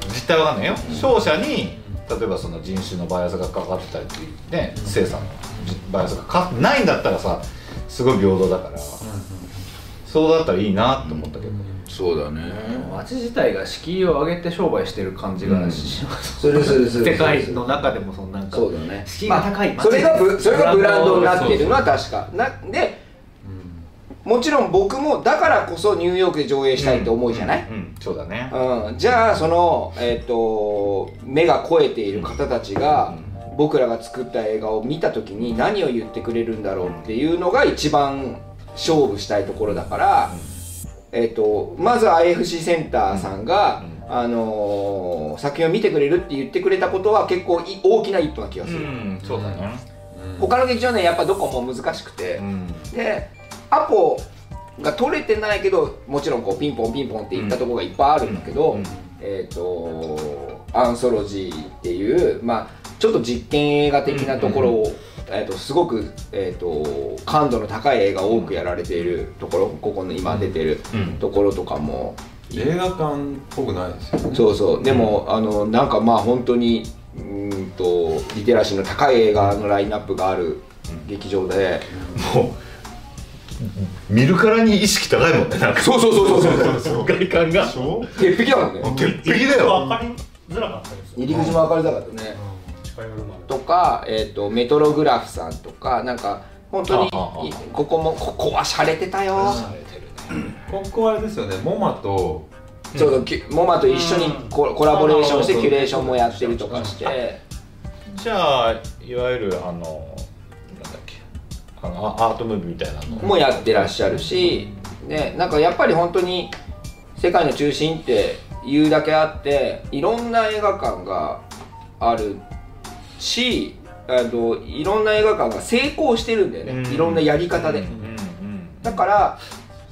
実態はわかんないよ、勝者に例えばその人種のバイアスがかかってたりっていうね性差のじバイアスがかかってないんだったらさすごい平等だから、そうだったらいいなと思ったけど、
そうだね
街自体が敷居を上げて商売してる感じ
う
が
ん
します、
それそれそれ
世界の中でもそのなんか
そうだね
敷居が高い
まあそれがブそれがブランドになってるのは確かなんでもちろん僕もだからこそニューヨークで上映したいって思いじゃない、
うんうんそうだね、
うん、じゃあその、えっと目が肥えている方たちが僕らが作った映画を見た時に何を言ってくれるんだろうっていうのが一番勝負したいところだから、えっとまずは IFC センターさんが、あのー作品を見てくれるって言ってくれたことは結構い大きな一歩な気がす
う
る、
ん、そうだね、
他の劇場ねやっぱどこも難しくて、
うん
でアポが取れてないけどもちろんこうピンポンピンポンっていったところがいっぱいあるんだけど、
うんうん
えっ、とアンソロジーっていう、まあ、ちょっと実験映画的なところを、えー、とすごく、えー、と感度の高い映画を多くやられているところここの今出てる
うん
ところとかも、
映画館っぽくないですよね
そうそうでもあのなんかまあ本当にうーんとリテラシーの高い映画のラインナップがある劇場で、
もう見るからに意識高いもんねなんか
そうそうそうそうそう
外観が
鉄壁だもんね
鉄壁だよ
分かりづらかったですよ
入り口も明るかったね、
近寄るまで
とか、えー、とメトログラフさんとかなんか本当
は
に
あはあはあ
ここもここは洒落てたよ
ここあれですよねモマと
ちょうどきモマと一緒にココラボレーションして
うん
キュレーションもやってるとかして
じゃあいわゆるあのなんだっけあのアアートムービーみたいなの
もやってらっしゃるしねなんかやっぱり本当に世界の中心っていうだけあっていろんな映画館があるしあのいろんな映画館が成功してるんだよね、
うん
いろんなやり方で。
うんうん
だから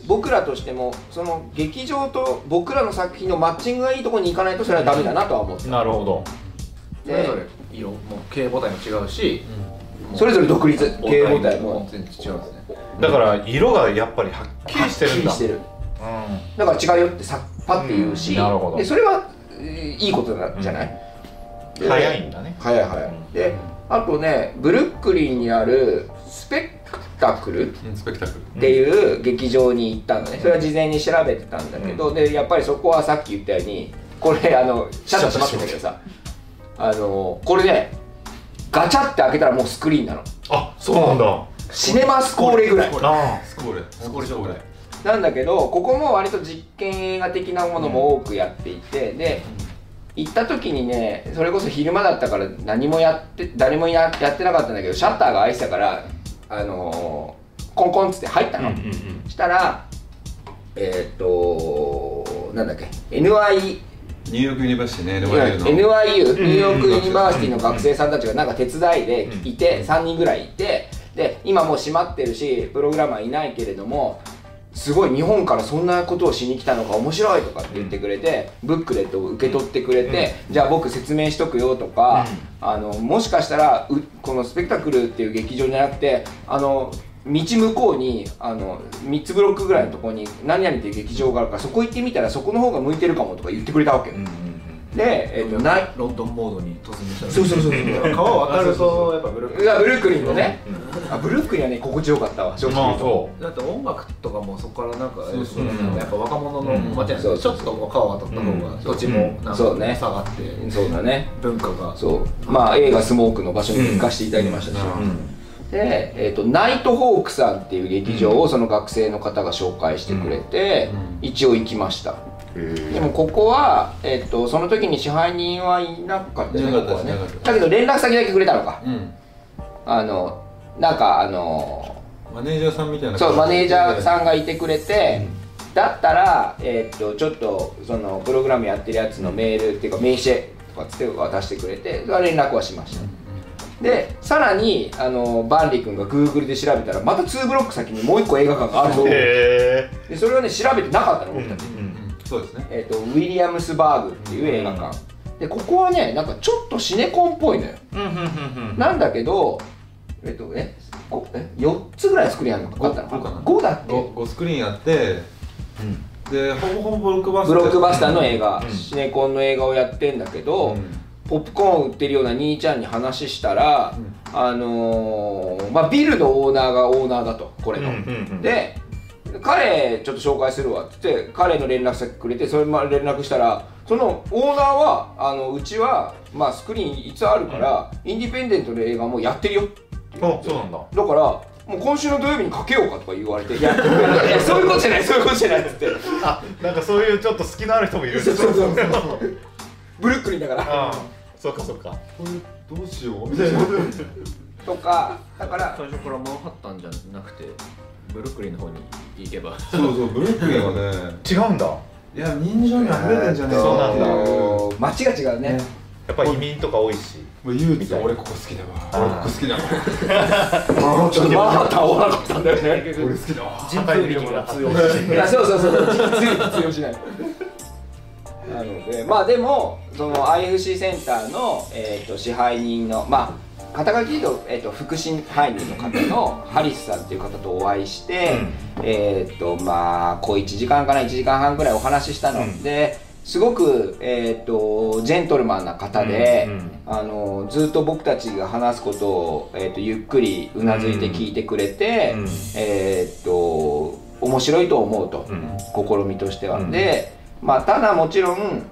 僕らとしてもその劇場と僕らの作品のマッチングがいいところに行かないとそれはダメだなとは思って
うんなるほど
それぞれ色もう経営母体も違うし、
それぞれ独立経営母体も
全然違うんですね
だから色がやっぱりはっきりして
はっ
るん
きり
だ
してる
うん
だから違うよってさっぱって言うし、
うんなるほど
でそれはえーいいことなんじゃない、で
早いんだね
早い早いであとねブルックリンにあるスペクタクル
うんスペクタクル
っていう劇場に行ったのねそれは事前に調べてたんだけど、でやっぱりそこはさっき言ったようにこれあのシャッター閉まってたけどさあのこれねガチャって開けたらもうスクリーンなの
あそうなんだ
シネマスコーレぐらい
あ
スコーレスコーレ状態
なんだけどここも割と実験映画的なものも多くやっていて、で行った時にねそれこそ昼間だったから何もやって誰もややってなかったんだけどシャッターが開いてたからあのコンコンっつって入った
うんうん
の、
うん
したらえーっ、となんだっけ NY
ニューヨークユニバーシティねレバレルの
NYU ニューヨークユニバーシティの学生さんたちがなんか手伝いでいて3人ぐらいいてで今もう閉まってるしプログラマーいないけれどもすごい日本からそんなことをしに来たのか面白いとかって言ってくれて、ブックレットを受け取ってくれて、じゃあ僕説明しとくよとか、あのもしかしたらうこの「スペクタクル」っていう劇場じゃなくてあの道向こうにあの3つブロックぐらいのところに何々っていう劇場があるからそこ行ってみたらそこの方が向いてるかもとか言ってくれたわけよ、
うんうん
で、えっとない
ロンドンモードに突入した
そうそうそうそう
川渡るとやっぱブルック
うわブルックリンのね、あブルックリンはね心地よかったわ正
うんま
直
あそ
だって音楽とかもそこからなんか
そうそう
なんかやっぱ若者の街なんで
うん
ちょっとこう川渡った方
う
が
ん
土地もなんか
そうね
下がって
そうだね
文化が
そうまあ映画「スモーク」の場所に行かせていただきましたし、
うん
で、えー、とナイトホークさんっていう劇場をその学生の方が紹介してくれて、
うん
一応行きました
うん
でもここは、えー、とその時に支配人はいなかったよ
い
ね
なかった
ここはね
いなかった
だけど連絡先だけくれたのか
うん
あのなんかあの
マネージャーさんみたいな
そうマネージャー
ん
さんがいてくれて、だったら、えーっとちょっとそのプログラムやってるやつのメールっていうか名刺とかつって渡してくれてそれは連絡はしました、でさらにあのバンリ君が Google で調べたらまた2ブロック先にもう1個映画館があるぞ
へ
でそれはね調べてなかったの僕たち、
そうですね
えーっとウィリアムスバーグっていう映画館、でここはねなんかちょっとシネコンっぽいのよ
えうんうんうん
なんだけど、えっと、え、こえ4つぐらい作りあるのか
ご
あったの
ごかな
5だっけ
5スクリーンやってでほぼほぼブロックバスタ
ブ
ー
ロックバスターの映画、
うん
シネコンの映画をやってんだけど、
うん
ポップコーン売ってるような兄ちゃんに話したら、あのーまあ、ビルのオーナーがオーナーだとこれの、
うんうんうん
で彼ちょっと紹介するわっつって彼の連絡先くれてそれま連絡したらそのオーナーはあのうちは、まあ、スクリーンいつあるから、インディペンデントの映画もやってるよ
あそうなんだ
だからもう今週の土曜日にかけようかとか言われて「いやいやそういうことじゃないそういうことじゃない」っつって
あなんかそういうちょっと好きのある人もいるんです
そうそう
そう
ブルックリンだから
あそっかそっか
これどうし ようみたいな
とかだから
最初からマンハッタンじゃなくてブルックリンの方に行けば
そうそうブロックリンはね
違うんだ
いや人情に溢れてんじゃねえか
そうなんだ
っていう
街が違うね
やっぱ移民とか多いし
もう唯
み
一
たいな
俺ここ好きだわ
あー
俺ここ好きだわ
ちょっとマンハッタン合わなかったんだよね
俺好きだわ
人体力が通用して
いや そうそうそうそうつい通用しないなのでまあでもその IFC センターの、えー、と支配人のまあ肩書きで言うと,、えー、と副支配人の方のハリスさんっていう方とお会いして、えっ、とまあ小1時間から1時間半ぐらいお話ししたの、
うん
ですごく、えー、とジェントルマンな方で、
うんうん
あのずっと僕たちが話すことを、えー、とゆっくりうなずいて聞いてくれて、
うん
えーっと面白いと思うと、
うん
試みとしては、
うん
で、まあ、ただもちろん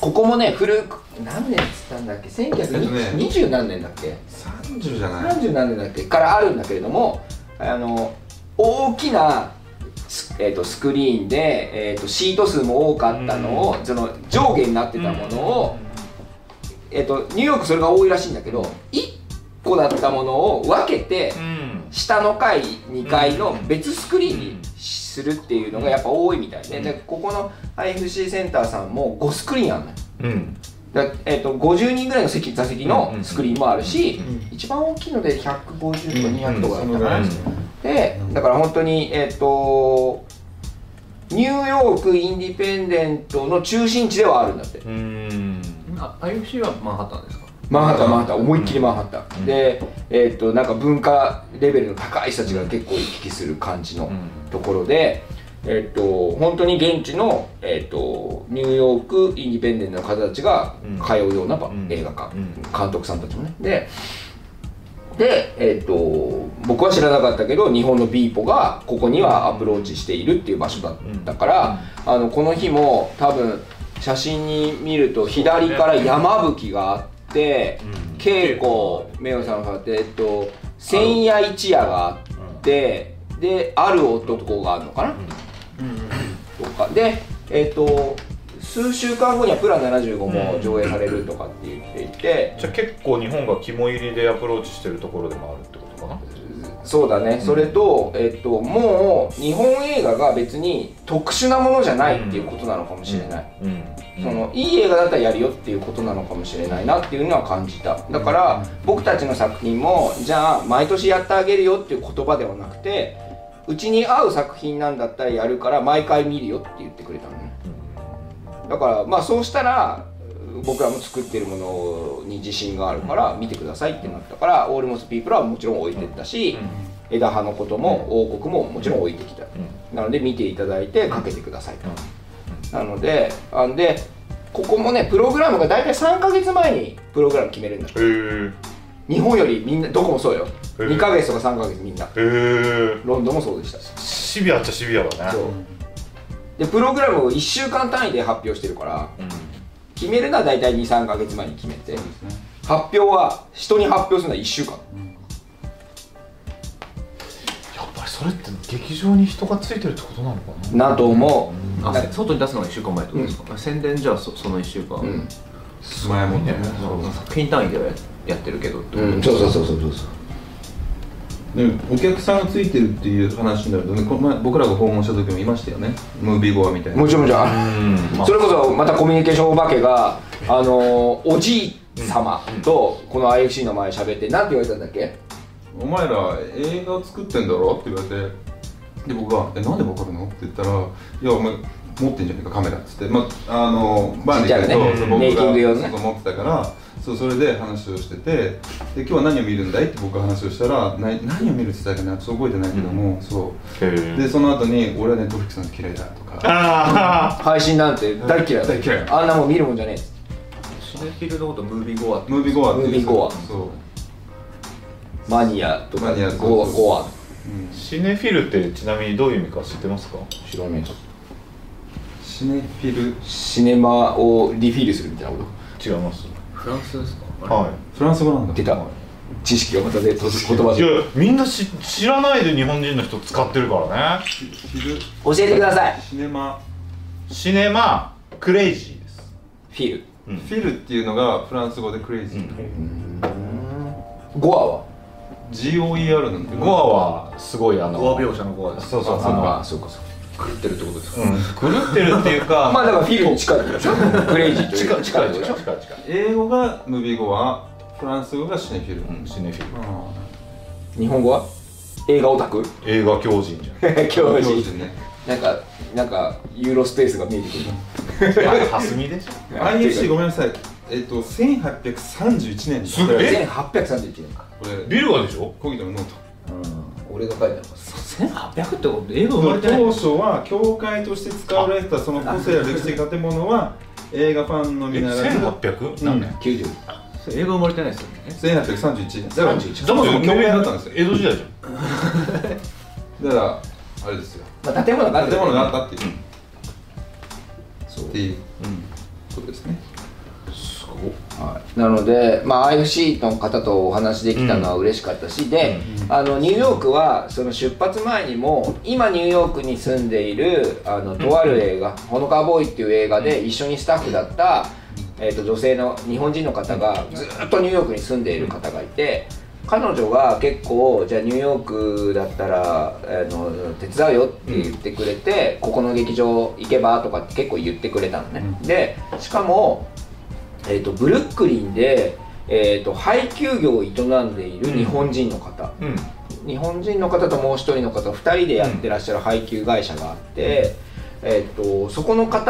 ここもね古く何年っつったんだっけ
えっとね
1920何年だっけ
30じゃない
30何年だっけからあるんだけれどもあの大きなス,、えー、とスクリーンで、えー、とシート数も多かったのを、その上下になってたものを、えー、とニューヨークそれが多いらしいんだけど1個だったものを分けて、
うん
下の階2階の別スクリーンにするっていうのがやっぱ多いみたいで,、でここの IFC センターさんも5スクリーンあるのよ
うん
だえっと50人ぐらいの席座席のスクリーンもあるし、
うん
うん
一番大きいので150とか200とかだ
そ
った
のぐ
かな、
らい
うん
ですね
でだから本当にえっ、とニューヨークインディペンデントの中心地ではあるんだって
うん
あ IFC はマンハッタンですか
マンハッタンマンハッタン思いっきりマンハッタン、
うん
でえっ、となんか文化レベルの高い人たちが結構行き来する感じの、ところで、えっと本当に現地の、えっとニューヨークインディペンデントの方たちが
うん
通うような場、
うん
映画館、
うん
監督さんたちもねでで、えっと僕は知らなかったけど日本のビーポがここにはアプローチしているっていう場所だったから、あのこの日も多分写真に見ると左から山吹があって
うん
稽古名誉さんがあって、えっと、千夜一夜があって。でである男があるのかな、とかでえっ、と数週間後にはプラン75も上映されるとかって言っていて、
じゃあ結構日本が肝入りでアプローチしてるところでもあるってことかな
そうだね、それと,、えっともう日本映画が別に特殊なものじゃないっていうことなのかもしれない、
うん
そのいい映画だったらやるよっていうことなのかもしれないなっていうのは感じただから僕たちの作品もじゃあ毎年やってあげるよっていう言葉ではなくてうちに合う作品なんだったらやるから毎回見るよって言ってくれたのねだからまあそうしたら僕らも作ってるものに自信があるから見てくださいってなったから、オールモスピープルはもちろん置いてったし、枝葉のことも王国ももちろん置いてきた、なので見ていただいてかけてくださいと、なのであんでここもねプログラムが大体3ヶ月前にプログラム決めるんだ
へえ
日本よりみんなどこもそうよ
え
2ヶ月とか3ヶ月みんな
へえ
ロンドンもそうでした
シビアっちゃシビアだ
そう
ね
でプログラムを1週間単位で発表してるから決めるのは大体23ヶ月前に決めて発表は人に発表するのは1週間
やっぱりそれって劇場に人がついてるってことなのかな
なと思
あ外に出すのが1週間前ってことですか、宣伝じゃあそその1週間、
ううん、
前もね
ね作品単位ではややってるけどってこと
うん、そうそうそうそうそう
でお客さんがついてるっていう話になるとねこの前僕らが訪問した時もいましたよねムービーゴアみたいな
もちろんもちろんあそれこそまたコミュニケーションお化けがあのーおじい様とこの IFC の前喋ってなんて言われたんだっけ
お前ら映画作ってんだろって言われてで僕が「えなんでわかるの?」って言ったら「いやお前持ってんじゃねえかカメラ」っつって、まあ、あのバーで行
ちっちゃいね
僕が
メイキング用のね
そうそう持ってたからそうそれで話をしててで今日は何を見るんだいって僕が話をしたらな何を見るって言ってたかなちょっと覚えてないけども、そうでその後に「俺はネットフリックスなんて嫌いだ」とか
あ
配信なんて大嫌いだ
大嫌い
あんなもん見るもんじゃねえっつって
シネフィルのことムービーゴアって
ムービーゴアっていう
ムービーゴア
そう
マニアとか
マニア
ゴアゴア
あシネフィルってちなみにどういう意味か知ってますか
知らねえ
シネフィル
シネマをリフィールするみたいなこと
違います
フランスですか
は
フランス語なんだ
出た知識がまたで言葉
いいや
で
みんなし知らないで日本人の人使ってるからね
フィル
教えてください
シネマ
シネマクレイジーです
フィール
フィルっていうのがフランス語でクレイジー、
ゴアは
GOER なんて
ゴアはすごいあの
ゴア描写のゴアです
そうそう
あ
その
そうかそうか
狂ってるってことですか、
うん、狂ってるっていうか
まあだからフィールに近いクレイジーとい
近い
う
近い
で
近い
しょ
近い近い
英語がムービー語はフランス語がシネフィル、
うんシネフィル
あ
日本語は映画オタク
映画狂人じゃん
教
あ
授
ね
なんかなんかユーロスペースが見えてくる
あれ蓮見でしょ
IFC ごめんなさいえっと1831年に
すごいえ
1831年か
これ
ビルガでしょ
コギのノート
俺が書いてあります
1800ってこと英語生まれてない
当初は教会として使われてたその個性や歴史的建物は映画ファンの
え
みならず
1800何年
90
英語生まれてないですよね
1831年だからそもそも教会だったんですよ
江戸時代じゃん
だからあれですよ
まあ建物がある
建物があ
た
ったっていう、っていうことですね
すごっ
なので、まあ、IFC の方とお話できたのは嬉しかったし、で、あのニューヨークはその出発前にも今ニューヨークに住んでいるあのとある映画「ほのかボーイ」っていう映画で一緒にスタッフだった、えー、と女性の日本人の方がずっとニューヨークに住んでいる方がいて。彼女が結構じゃあニューヨークだったらあの手伝うよって言ってくれて、ここの劇場行けばとかって結構言ってくれたのね、でしかもえー、とブルックリンで、えー、と配給業を営んでいる日本人の方、
うん
日本人の方ともう一人の方2人でやってらっしゃる配給会社があって、えー、とそこの方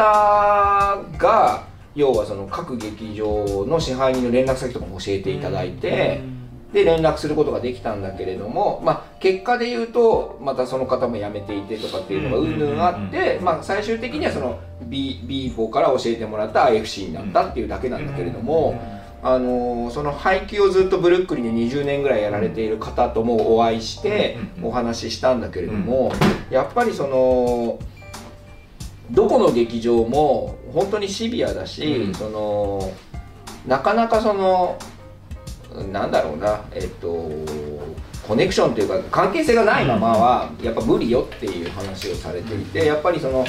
が要はその各劇場の支配人の連絡先とかも教えていただいて。で連絡することができたんだけれども、まあ、結果で言うとまたその方も辞めていてとかっていうのが
う
うんんぬんあって、まあ、最終的にはその B B 法から教えてもらった IFC になったっていうだけなんだけれども、あのーその配給をずっとブルックリンで20年ぐらいやられている方ともお会いして
うん
お話ししたんだけれども、やっぱりその。どこの劇場も本当にシビアだし、
うん
そのなかなかそのなんだろうなえっとコネクションというか関係性がないままはやっぱ無理よっていう話をされていてやっぱりその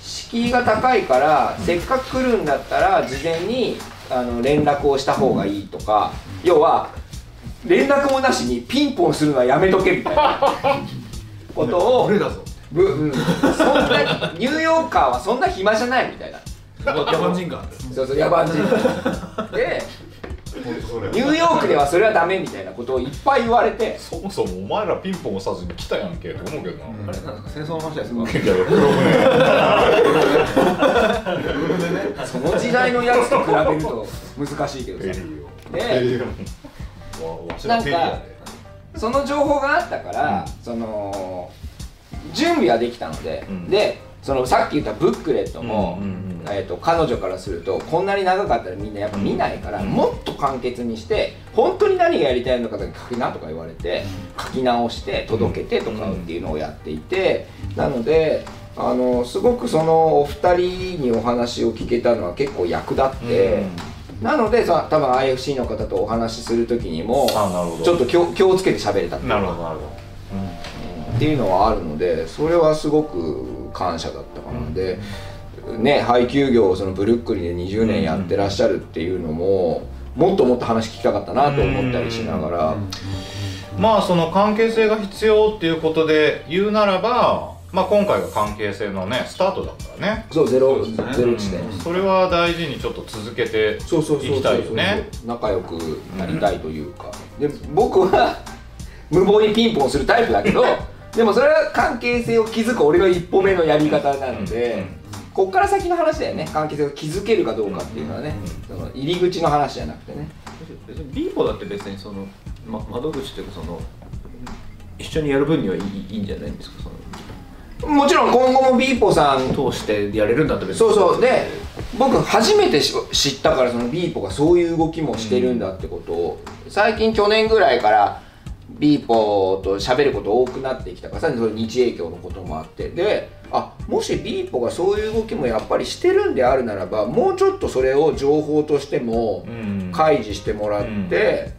敷居が高いからせっかく来るんだったら事前にあの連絡をした方がいいとか要は連絡もなしにピンポンするのはやめとけみたいなことを
俺だぞ
ぶうん、そんなニューヨーカーはそんな暇じゃないみたいな
野蛮人か
そうそう野蛮人でニューヨーク学ではそれはダメみたいなことをいっぱい言われて
そもそもお前らピンポン押さずに来たやんけと思うけどな、
うん
あれなんですか戦争の話ですか
いやいや黒船
その時代のやつと比べると難しいけど
ペリ
さ
ーを
で
わわしらペリーやで
その情報があったから、その準備はできたので、
うん
でそのさっき言ったブックレットも、
うんうんうん
えー、と彼女からするとこんなに長かったらみんなやっぱ見ないから、
うん
もっと簡潔にして本当に何がやりたいのかだけ書きなとか言われて、書き直して届けてとかっていうのをやっていて、なのであのすごくそのお二人にお話を聞けたのは結構役立って。なのでさ多分 IFC の方とお話しする時にも
あなるほど
ちょっと気を気をつけて喋れたっていう
なるほどなるほど、うん
っていうのはあるのでそれはすごく感謝だったかなで、ね配給業をそのブルックリンで20年やってらっしゃるっていうのも、もっともっと話聞きたかったなと思ったりしながら、
まあその関係性が必要っていうことで言うならば、まあ、今回が関係性のねスタートだからね、
そうゼロ
そうですね
ゼロ地点、
それは大事にちょっと続けて
そうそうそ
い
う
きたいよね
仲良くなりたいというか、で僕は 無謀にピンポンするタイプだ けどでもそれは関係性を築く俺の一歩目のやり方なので、
うんうん
こっから先の話だよね関係性を築けるかどうかっていうのはね、その入り口の話じゃなくてね
別にビーボだって別にその、ま、窓口っていうかその一緒にやる分にはいいいいんじゃないんですかそ
もちろん今後もビーポさん
の通してやれるんだったら別に
そうそうで僕初めてし知ったからそのビーポがそういう動きもしてるんだってことを、最近去年ぐらいからビーポと喋ること多くなってきたからさらにその日影響のこともあってであもしビーポがそういう動きもやっぱりしてるんであるならばもうちょっとそれを情報としても
うん
開示してもらって、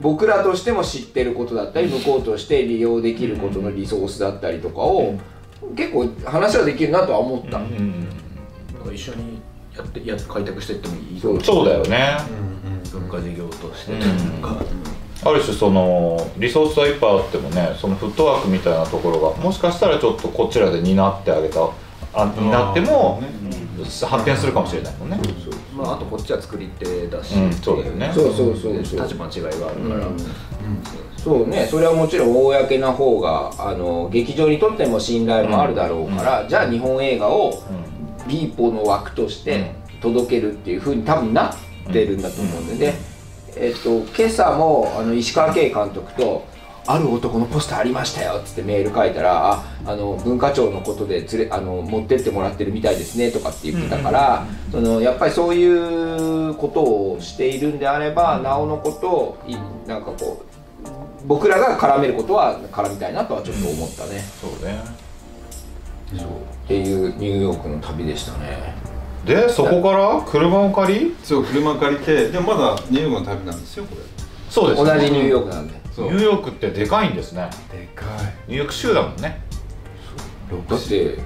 僕らとしても知ってることだったり向こうとして利用できることのリソースだったりとかを、結構話はできるなとは思った。
うん
なんか一緒にやってやっ開拓していってもいい
そう
そうだよね、
文化事業として
うん
というか、
ある種そのリソースはいっぱいあってもねそのフットワークみたいなところがもしかしたらちょっとこちらで担ってあげたあ担っても、発展するかもしれないもんね、
まあ、あとこっちは作り手だし、
うんそうだよね
そうそうそうそう
立場の違いがあるから、
そうねそれはもちろん公の方があの劇場にとっても信頼もあるだろうから、じゃあ日本映画をビーポの枠として届けるっていう風に多分なってるんだと思うんで、でえっと、今朝もあの石川圭監督と「ある男のポスターありましたよ」っつってメール書いたら「ああの文化庁のことで連れあの持ってってもらってるみたいですね」とかって言ってたから、そのやっぱりそういうことをしているんであればなおのことをいなんかこう僕らが絡めることは絡みたいなとはちょっと思ったね、
そうね
っていうニューヨークの旅でしたね。
でそこから車を借り
そう車借りてでもまだニューヨークの旅なんですよこれ
そうです
同
ね
じニューヨークなんで
そ
ニ
う
ューヨークってでかいんですね
でか
ニューヨーク州だもんね
い6
だって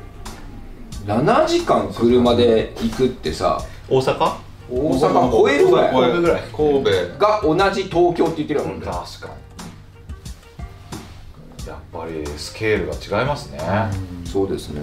7時間車で行くってさ
大阪
大阪超えるぐらい
超えるぐらい
神戸
が同じ東京って言ってるやん、
確かにやっぱりスケールが違いますね
そうですね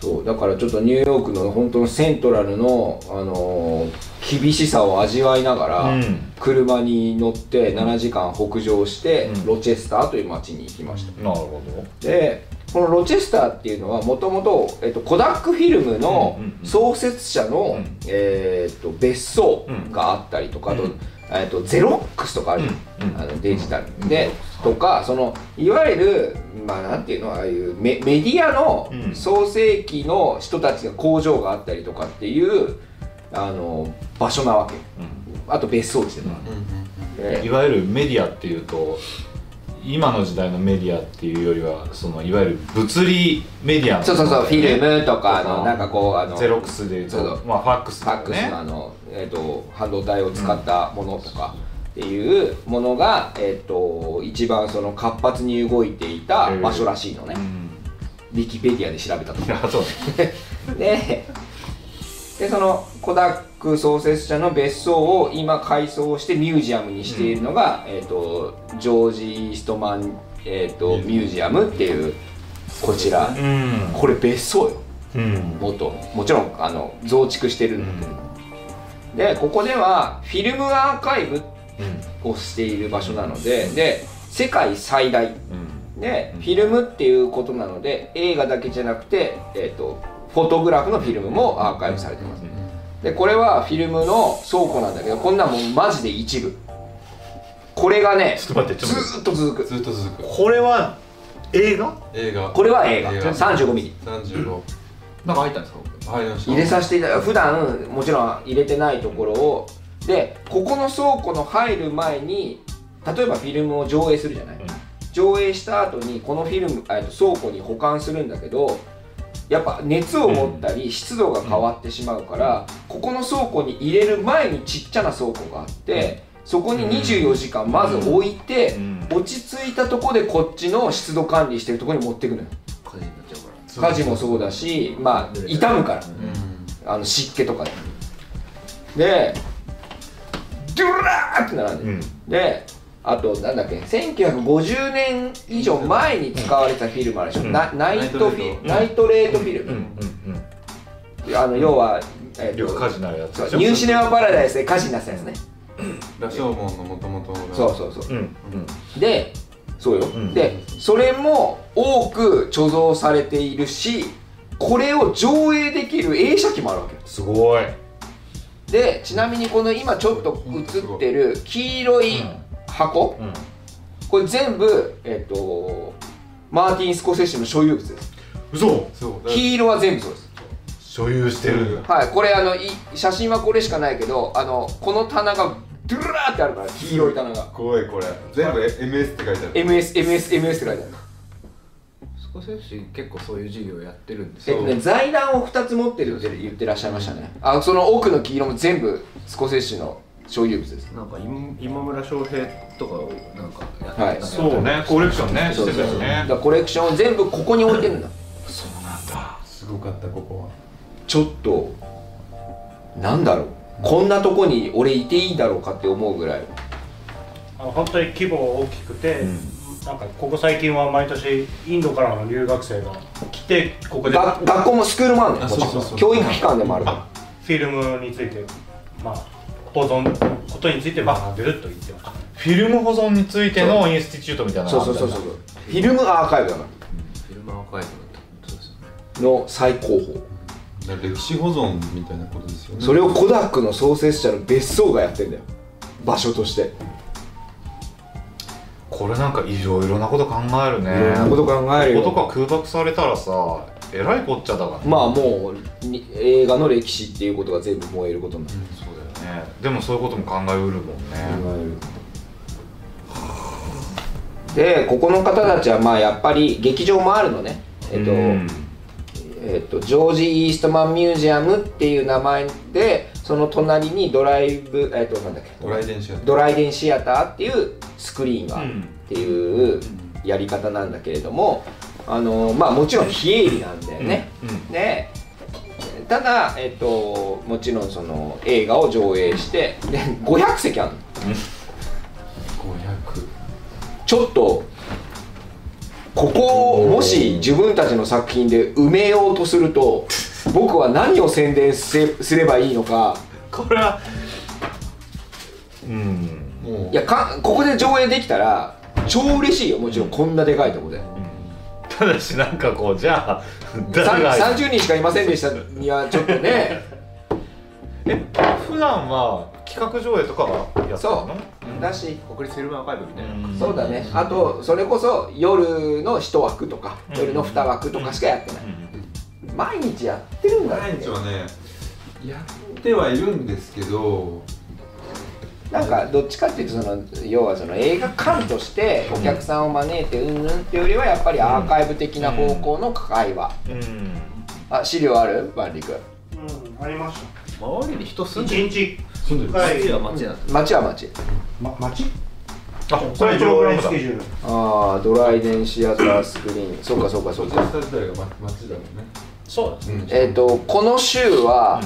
そうだからちょっとニューヨークの本当のセントラルの、あのー厳しさを味わいながら、
うん
車に乗って7時間北上して、
うん
ロチェスターという町に行きました、
なるほど
でこのロチェスターっていうのはもともとコダックフィルムの
うんうんうん
創設者
う
の、
ん
えー、と別荘があったりとか、あ
う
と
ん
えー、とゼロックスとかある、
うんうん
あのデジタル、でとかそのいわゆるまあなんていうのああいうメメディアの
うん
創世期の人たちの工場があったりとかっていうあの場所なわけあと別荘地でもある、で
いわゆるメディアっていうと今の時代のメディアっていうよりはそのいわゆる物理メディアの
そうそうそう、フィルムとかあ
とか
のなんかこうあの
ゼロックスで言う
そうそう
とまあファックスと
ファ
か
ックス
ね
のあの、えっと半導体を使ったものとかっていうものが、えっと一番その活発に動いていた場所らしいのね、
うん
ウィキペディアで調べたと
いやそうね
ででそのコダック創設者の別荘を今改装してミュージアムにしているのが、えっとジョージ・ストマン、えっとミュージアムっていうこちら、
うん
これ別荘よ
うん
元もちろんあの増築してるんだけど、でここではフィルムアーカイブっをしている場所なので、で世界最大で、フィルムっていうことなので映画だけじゃなくて、えー、とフォトグラフのフィルムもアーカイブされてます、でこれはフィルムの倉庫なんだけどこんなんもうマジで一部これがね
ちょっと待って、ちょっと待っ
ずーっと続く
ずっと続く
これは映画
映画
これは映画
映画
35mm
35
なんか入ったんですか
入りました
入れさせていただ普段もちろん入れてないところをでここの倉庫の入る前に例えばフィルムを上映するじゃない、
うん
上映した後にこのフィルムえっと倉庫に保管するんだけどやっぱ熱を持ったり湿度が変わってしまうから、ここの倉庫に入れる前にちっちゃな倉庫があってそこに24時間まず置いて、
うん
落ち着いたとこでこっちの湿度管理してるとこに持ってくのよ
火事になっちゃうから
火事もそうだしまあ傷むから、
うん
あの湿気とかででドゥルラーって並ん
て。
で
う
る、
ん。
であとなんだっけ1950年以上前に使われたフィルムあるでしょ、
うん
なナイトフィ
うん
ナイトレートフィル
うん。
ム、
うん。
あの要は、え
うん。
ー
よ
と
く火事になるやつ
そ
で
う
しょ。
ニューシネマパラダイスで火事になったやつね、
羅生門のもともと
そうそうそう
うん。うん。
でそうよ、
ん
でそれも多く貯蔵されているしこれを上映できる映写機もあるわけよ
すごい。
でちなみにこの今ちょっと映ってる黄色い箱、
うん。
これ全部、えっとマーティン・スコセッシの所有物です
嘘
そうだから
黄色は全部そうです
所有してる。
はいこれあのい写真はこれしかないけどあのこの棚がドゥルラーってあるから黄色い棚が
すごいこれ全部 MS って書いてある
MSMSMS って書いてある
少しずつ結構そういう事業やってるんです
えっ
よ
とね、財団を2つ持ってるって言ってらっしゃいましたねあその奥の黄色も全部スコセッシの所有物です
なんか今今村翔平とかをなんかやって
はい
そうね、コレクションね、してたよ
だ
ね
か。らコレクションを全部ここに置いてるんだ
そうなんだ。
すごかったここは
ちょっとなんだろうこんなとこに俺いていいだろうかって思うぐらい
あの本当に規模が大きくて、
うん
なんかここ最近は毎年インドからの留学生が来てここで
が学校もスクールもあるね
あ
もちろん
そうそうそう
教育機関でもあるから
フィルムについてまあ保存ことについてまあ出ると言ってましたね
フィルム保存についてのインスティチュートみたいな
そうそうそうそうフィルムアーカイブだか
フィルムアーカイブだったってことですよね
らの最高峰
だから歴史保存みたいなことですよね
それをコダックの創設者の別荘がやってんだよ場所としてい
これなんかいろいろなこと考えるね
ろんなこと考える
こことか
よ
空爆されたらさえらいこっちゃだからね
まあもうに映画の歴史っていうことが全部燃えることになる
そうだよねでもそういうことも考えうるもんね
でここの方たちはまあやっぱり劇場もあるのねえっと、
うん
えっとジョージ・イーストマン・ミュージアムっていう名前でその隣にドライブ、えっとなんだっけ
ドライ電車やった
ドライデンシアターっていうスクリーンがある
うん
っていうやり方なんだけれども、あのまあ、もちろん非営利なんだよね。
うん
でただ、えっと、もちろんその映画を上映してで500席あるのちょっとここをもし自分たちの作品で埋めようとすると僕は何を宣伝せすればいいのか
これはうん
500も
いやかここで上映できたら超嬉しいよもちろんこんなでかいとこで。
ただしなんかこうじゃあ誰が
さん30人しかいませんでしたにはちょっと ね
え普段は企画上映とかはやってる
そ
の
うだし
国立フィルムアーカイブみたいな、
ん
そうだねあとそれこそ夜の1枠とか
うん
夜の2枠とかしかやってない
うん
毎日やってるん
う
だっ
毎
て
日はねやってはいるんですけど
なんかどっちかっていうとその要はその映画館としてお客さんを招いてうんぬんっていうよりはやっぱりアーカイブ的な方向の会話
うん
あ資料ある万里君
うんありました
周りに人住んでる
1日
住んでる
はい
街は街なんです
町は町
ま、町
あこれ
一
プログラム
ス
だ
ケジュール
ああドライデンシアタースクリーンそうかそうかそ
そうち
から
スタ自体がま町だもんね
そうです
うん
えっ、とこの週は、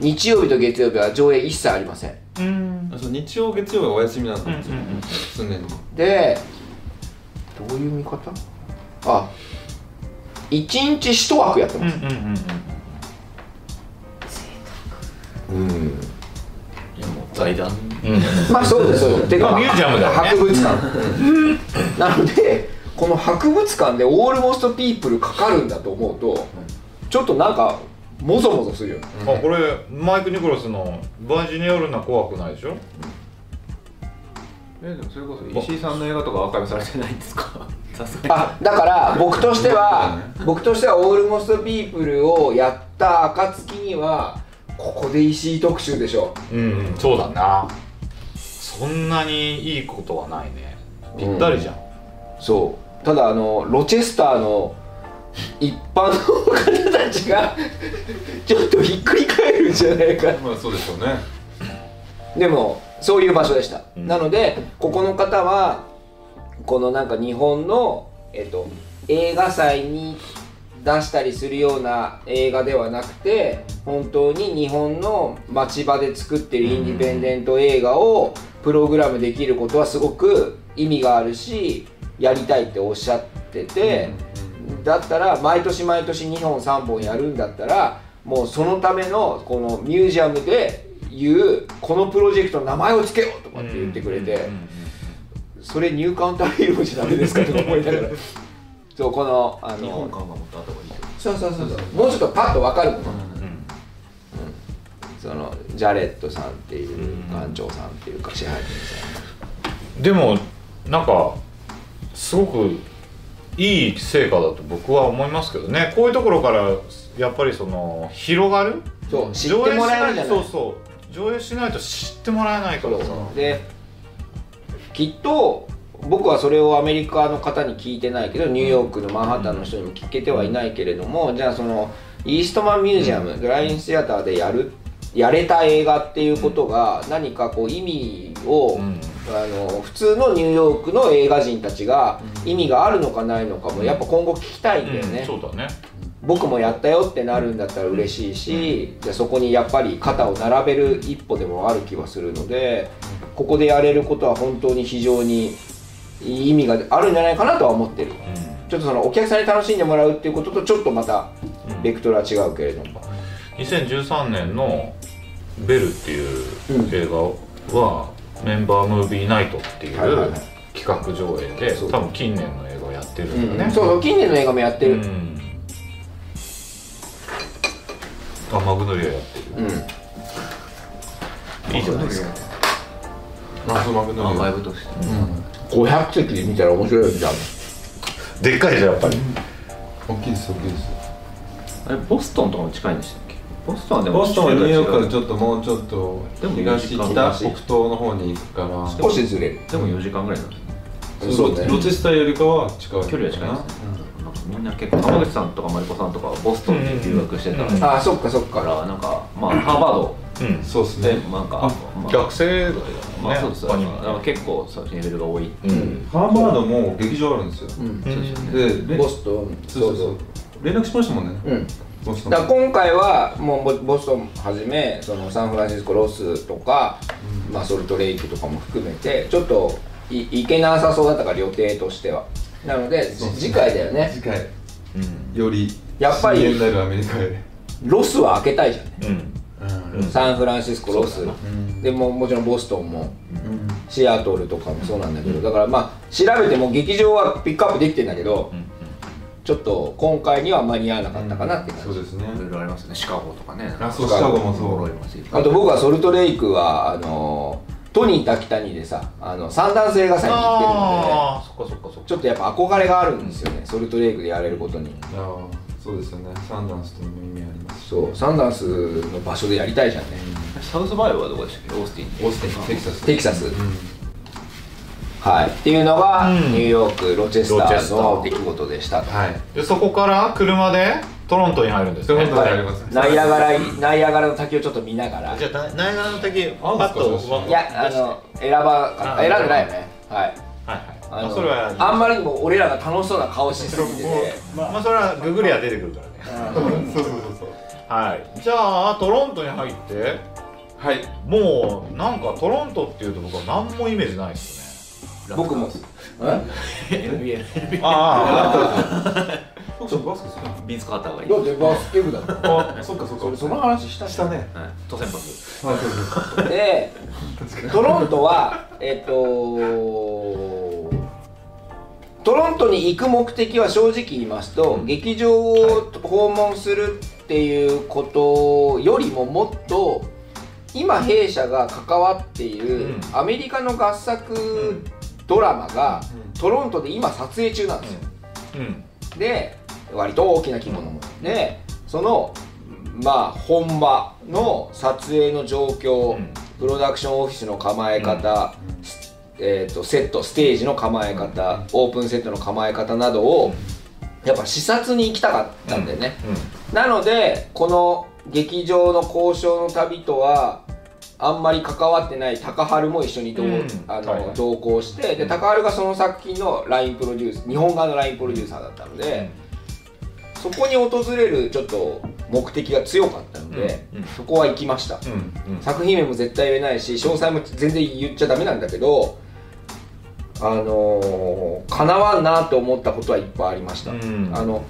日曜日と月曜日は上映一切ありません
うん
あそう日曜月曜がお休みなんだ
うんうんうん
常に
でどういう見方あ一日一枠やって
うん
ま
う
す、
んうんうん
うん
いやもう在対談
まあそうですそうですてか
まあミュージアムだよね
博物館、なのでこの博物館でオールモストピープルかかるんだと思うとちょっとなんかもぞもぞするよね
あこれマイク・ニコラスの「バージニアルナ怖くないでしょ
えでもそれこそ石井さんの映画とかアーカイブされてないんですか さすが
あだから僕としては僕としてはオールモストピープルをやった暁にはここで石井特集でしょ
うん、そうだなそんなにいいことはないねぴったりじゃん、
そうただあのロチェスターの一般の方たちがちょっとひっくり返るんじゃないか
まあそうでしょうね
でもそういう場所でした、
うん
なのでここの方はこのなんか日本の、えっと、映画祭に出したりするような映画ではなくて本当に日本の町場で作ってるインディペンデント映画をプログラムできることはすごく意味があるしやりたいっておっしゃってて、だったら毎年毎年2本3本やるんだったらもうそのためのこのミュージアムで言うこのプロジェクトの名前を付けようとかって言ってくれて、
うんうんうん
それニューカウンターヒーローじゃダメですかとか思いながら そうこのあ
日本
の
感がもっとあった方がいいけど
そうそうそうそうもうちょっとパッと分かるもの、
うん
そのジャレットさんっていう館長さんっていうか支配人
でもなんかすごくいい成果だと僕は思いますけどねこういうところからやっぱりその広がる
さんそう知ってもらえるじ
上映しない
ゃない
そうそう上映しないと知ってもらえないからさ
そうできっと僕はそれをアメリカの方に聞いてないけどニューヨークのマンハッタンの人にも聞けてはいないけれどもじゃあそのイーストマンミュージアムグラインシアターでやるやれた映画っていうことが何かこう意味を、
うん
あの普通のニューヨークの映画人たちが意味があるのかないのかもやっぱ今後聞きたいんだよね。
うんそうだね
僕もやったよってなるんだったら嬉しいし、じゃあそこにやっぱり肩を並べる一歩でもある気はするのでここでやれることは本当に非常にいい意味があるんじゃないかなとは思ってるちょっとそのお客さんに楽しんでもらうっていうこととちょっとまた
うん
ベクトルは違うけれども、
2013年の「ベル」っていう映画は、メンバームービーナイトっていう
はいはいはい
企画上映で、
そう
多分近年の映画をやってる
うんん
だよね、
そうそう近年の映画もやって
う
る、
んあマグノリアやって
うん
るいいじゃないですか
まあそうマグ
ア
ノ
ー
リ
カイ
ア
ブとして
500席で見たら面白いじゃん
でっかいじゃんやっぱり
大きいです大きいです
あれボストンとかも近いんでしたっけボストンはでも
ボストンはニューヨークから
で
ちょっともうちょっと
でも
東
四時
北北
間
東の方に行くから
少しずれる
も4時間ぐらいなんですね
そうね
ロチェスターよりかは近い
距離は近いですね、なんかみんな結構浜口さんとかマリコさんとかはボストンに留学してた
うん
か
ああそっかそっから
なんかまあハーバード
うん
そうです
で
ね
なんか
あ
まあ
学生街だもんね
まあそうです
他
よ
に
ね
も
なんか結構そうレベルが多いって
う
いうん
ハーバードも劇場あるんですよ
うん
うん
で
ボ
れ
ストン
そうそうそう連絡しましたもんね
うん
ボストン
だから今回はもうボボストンはじめそのサンフランシスコロスとか、まあ、ソルトレイクとかも含めてちょっとい行けなさそうだったから予定としてはなのでじ次回だよね
次回
うん
より
やっぱり
深淵なるアメリカへ
ロスは開けたいじゃんね
う
う
ん
ん
サンフランシスコロス
そうだな
でももちろんボストンもシアトルとかもそうなんだけどだからまあ調べても劇場はピックアップできてんだけど
うん
ちょっと今回には間に合わなかったかなって感じ、
そうですね
ろいろありますよねシカゴとかね
あそうシカゴもそう
おもろい街
あと僕はソルトレイクはあのトニー・タキタニでさあの三段性映画祭に行ってるの
ああそっかそっかそっ
で
か
ちょっとやっぱ憧れがあるんですよねソルトレイクでやれることに
いやーそうですよねサンダンスと耳ありますし
そうサンダンスの場所でやりたいじゃんね
サウスバイオはどこでしたっけオースティン
オーステンテキサス
テキサス
うん
はいっていうのが
うん
ニューヨークロチェスタ
ロチェ
ー
スタ
の
ー
出来事でしたと
はい
でそこから車でトロントに入るんです
トロ
ね
ントにあります
ナイアガラナイアガラの滝をちょっと見ながら
じゃあ内側の滝パ
あ
ッと
そうそう
わ
そう
いやあの選ばかった
あ
選んでないよねはい
はいはい
あ
まあ
の
それはいい
あんまりにも俺らが楽しそうな顔しすぎてて
まあそれはググりゃ出てくるからね
そうそうそうそう
はいじゃあトロントに入って
はい
もうなんかトロントっていうと僕は何もイメージないです
僕もえ
NBA
よねあ
徳ちゃんバスケ好きなの
ビーツカーターがいい
だってバスケ部だった
あそっかそっか
それその話した
したね
はい都船舶
あそうそうそう
でトロントはえっとトロントに行く目的は正直言いますと、劇場を訪問するっていうことよりももっと今弊社が関わっている
う
アメリカの合作ドラマがトロントで今撮影中なんですよ。
うん
で割と大きな規模のものでそのまあ本場の撮影の状況、
うん
プロダクションオフィスの構え方、すえー、とセットステージの構え方、オープンセットの構え方などをやっぱ視察に行きたかったんだよね、なのでこの劇場の交渉の旅とはあんまり関わってない高春も一緒に同,、
うん
あの
はいはい
同行してで高春がその作品のラインプロデュース日本側のラインプロデューサーだったので、そこに訪れるちょっと目的が強かったので、
うんうん
そこは行きました、
うんうん
作品名も絶対言えないし詳細も全然言っちゃダメなんだけどあのー、かなわんなと思ったことはいっぱいありました、
うん
あの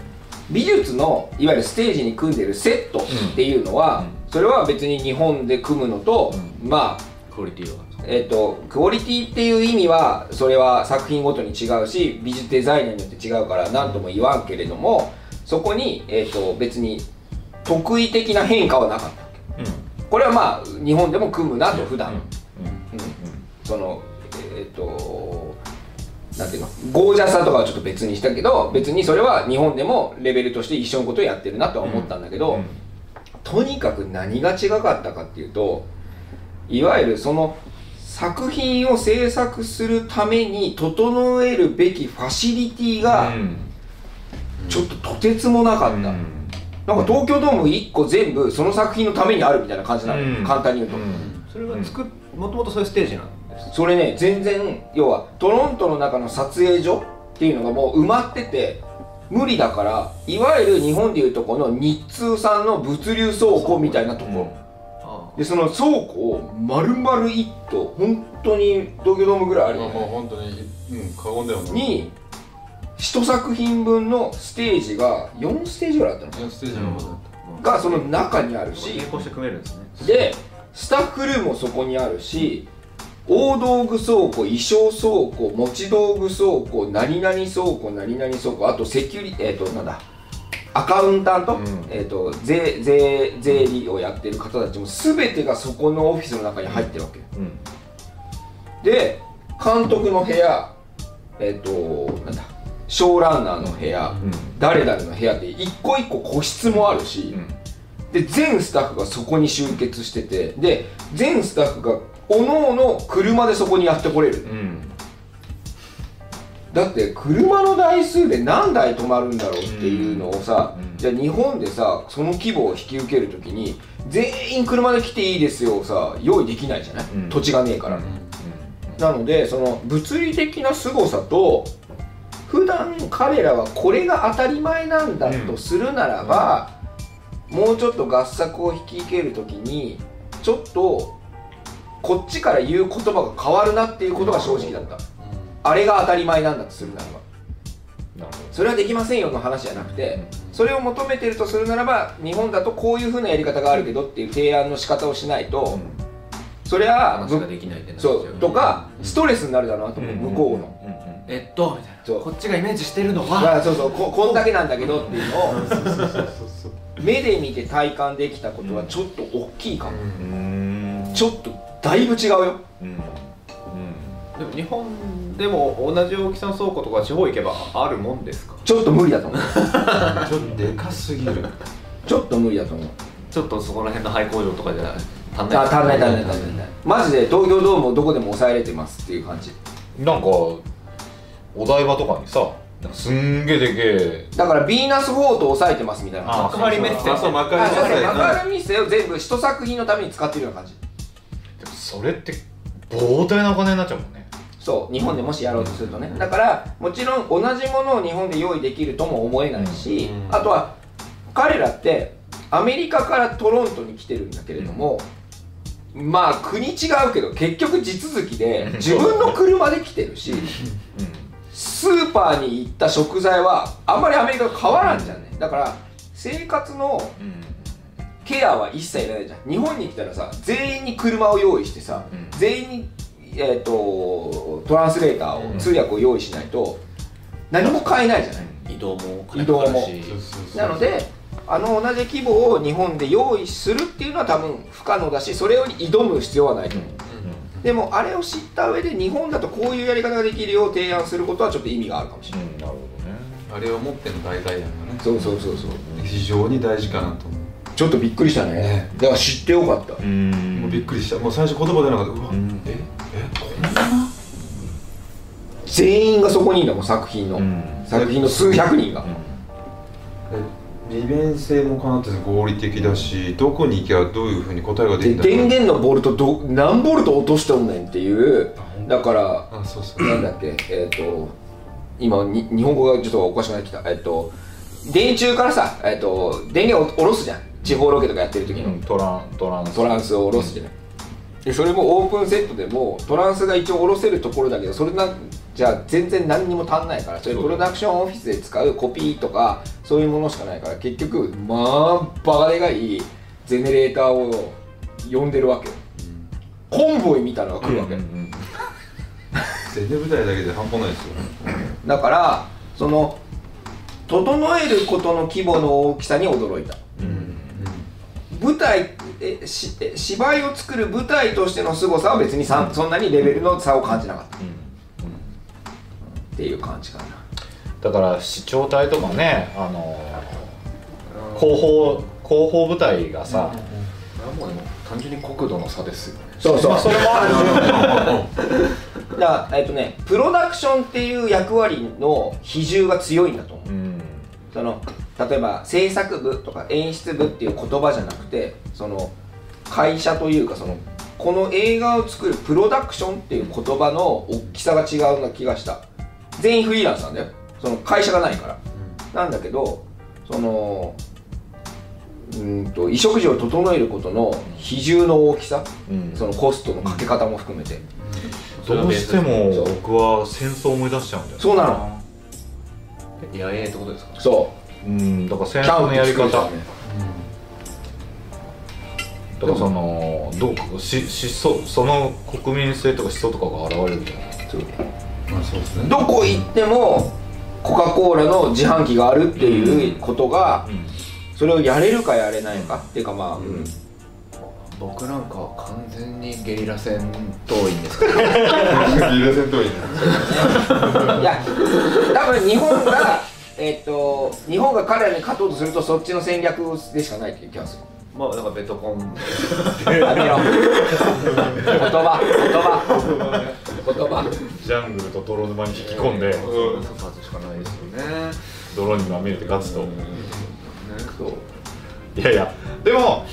美術のいわゆるステージに組んでるセットっていうのは、それは別に日本で組むのと、まあ
クオリティは
えっとクオリティっていう意味はそれは作品ごとに違うし美術デザイナーによって違うから何とも言わんけれどもそこに、えっと別に得意的な変化はなかった
うん
これはまあ日本でも組むなと普段、
うんうん
うんそのえっ、となんていうのゴージャスさとかはちょっと別にしたけど別にそれは日本でもレベルとして一緒のことをやってるなとは思ったんだけど、
うん
とにかく何が違かったかっていうといわゆるその作品を制作するために整えるべきファシリティがちょっととてつもなかった、
うん
なんか東京ドーム1個全部その作品のためにあるみたいな感じなの、
うん
簡単に言うと、
うん
それが作っもともとそういうステージなんです
それね全然要はトロントの中の撮影所っていうのがもう埋まってて無理だからいわゆる日本でいうとこの日通さんの物流倉庫みたいなところ、
あ
でその倉庫を丸々一棟本当に東京ドームぐらいある
ま
よ
あ
ね
もう本当にうん過言ではない
に一作品分のステージが4ステージぐらいあったの
いやステージの方だっ
がその中にあるし
並行して組めるんですね
でスタッフルームもそこにあるし大道具倉庫衣装倉庫持ち道具倉庫何々倉庫何々倉庫あとセキュリえっ、となんだアカウンタント,、
うん
えっと税税税理をやってる方たちも全てがそこのオフィスの中に入ってるわけよ
うん
で監督の部屋えっ、となんだショーランナーの部屋、誰々の部屋って一個一個個室もあるし、
うん
で全スタッフがそこに集結しててで全スタッフがおのおの車でそこにやってこれる
うん
だって車の台数で何台止まるんだろうっていうのをさ、
うん
じゃあ日本でさその規模を引き受ける時に全員車で来ていいですよをさ用意できないじゃない、
うん
土地がねえから、なのでその物理的な凄さと普段彼らはこれが当たり前なんだとするならば、もうちょっと合作を引き受ける時にちょっとこっちから言う言葉が変わるなっていうことが正直だった、あれが当たり前なんだとするならば
なるほ
それはできませんよの話じゃなくて、それを求めてるとするならば日本だとこういうふうなやり方があるけどっていう提案の仕方をしないと、それは
話ができないってなっちゃう
そうとかストレスになるだろうなと思う、向こうの。
の
えっとみたいな
そう
こっちがイメージしてるのは
まあそうそうここんだけなんだけどっていうのを
そうそう
目で見て体感できたことはちょっと大きいかも、
うん
ちょっとだいぶ違うよ
うん
でも日本でも同じ大きさの倉庫とか地方行けばあるもんですか
ちょっと無理だと思う
ちょっとでかす ぎる
ちょっと無理だと思う
ちょっとそこら辺の廃工場とかじゃ足ん
あ足んない足んない足んないマジで東京ドームをどこでも抑えれてますっていう感じ
なんかお台場とかにさなんかすんげえでけえ
だからヴィーナスフォートを抑えてますみたいな
あ
幕張メッセ
あそう幕張
あそう
メ
ねマカ
ッセ
ルミッセを全部一作品のために使ってるような感じ
でもそれって膨大なお金になっちゃうもんね
そう日本でもしやろうとするとねだからもちろん同じものを日本で用意できるとも思えないし、
うん
あとは彼らってアメリカからトロントに来てるんだけれども、まあ国 違うけど結局地続きで
うん
自分の車で来てるしスーパーに行った食材はあんまりアメリカと変わらんじゃんねだから生活のケアは一切いらないじゃん日本に来たらさ全員に車を用意してさ、
うん
全員に、えー、とトランスレーター
う
を
ん
通訳を用意しないと何も買えないじゃない、
移動も
移動も
そうそうそう
なのであの同じ規模を日本で用意するっていうのは多分不可能だしそれに挑む必要はないと思う、でもあれを知った上で日本だとこういうやり方ができるよう提案することはちょっと意味があるかもしれ
う
ない、
んなるほどね
あれを持っての大体やんがね
そうそうそうそう
非常に大事かなと思う
ちょっとびっくりしたね
ね
だから知ってよかった、
うん
もうびっくりしたもう最初言葉出なかったうわ、
うん
ええ
全員がそこにいるのもう作品の、
うん
作品の数百人が、
え利便性もかなって合理的だしどこに行けばどういうふうに答えができる
で
んだろう
電源のボルトど何ボルト落としておんねんっていうだから
あそうそう
なんだっけえっ、と今に日本語がちょっとおかしくなってきたえっ、と電柱からさえっ、と電源を下ろすじゃん地方ロケとかやってる時の、
うんトラントランス
トランスを下ろすじゃないでそれもオープンセットでもトランスが一応下ろせるところだけどそれなじゃあ全然何にも足んないからそれ
そう
プ
だ
ロダクションオフィスで使うコピーとかそういうものしかないから結局まあバカでかいゼネレーターを呼んでるわけよコンボイみたいなのが来るわけ、
うん
全然舞台だけで半端ないですよ
だからその整えることの規模の大きさに驚いた
うんうん
舞台えしえ芝居を作る舞台としての凄さは別にさんそんなにレベルの差を感じなかったっていう感じかな
だから視聴隊とかねあのー広報広報部隊がさ、
あもうでも単純に国土の差ですよね
そうそう
それもある
だからえっとねプロダクションっていう役割の比重が強いんだと思う
うん
その例えば制作部とか演出部っていう言葉じゃなくてその会社というかそのこの映画を作るプロダクションっていう言葉の大きさが違うような気がした全員フリーランスなんだよその会社がないから、なんだけどそのうーんと衣食住を整えることの比重の大きさ、
うん
そのコストのかけ方も含めて、
どうしても
そう
僕は戦争を思い出しちゃうんだよ
そうなの
野営ってことですか
そ
うんだから
う
戦争のやり方だか
ね
らそのどうし思想その国民性とか思想とかが現れるみたいな
そう
まあそうです ね
どこ行ってもコカ・コーラの自販機があるっていうことがそれをやれるかやれないかっていうかまあ、うん
僕なんかは完全にゲリラ戦闘員ですから
リレー戦闘員
いや多分日本がえっと日本が彼らに勝とうとするとそっちの戦略でしかないっていう気がする
まあだからベトコン
やめろ言葉言葉言葉
ジャングルと泥沼に引き込んで、
そうそうそうしかないですよね
泥にまみれて勝つと、
そう
いやいやでも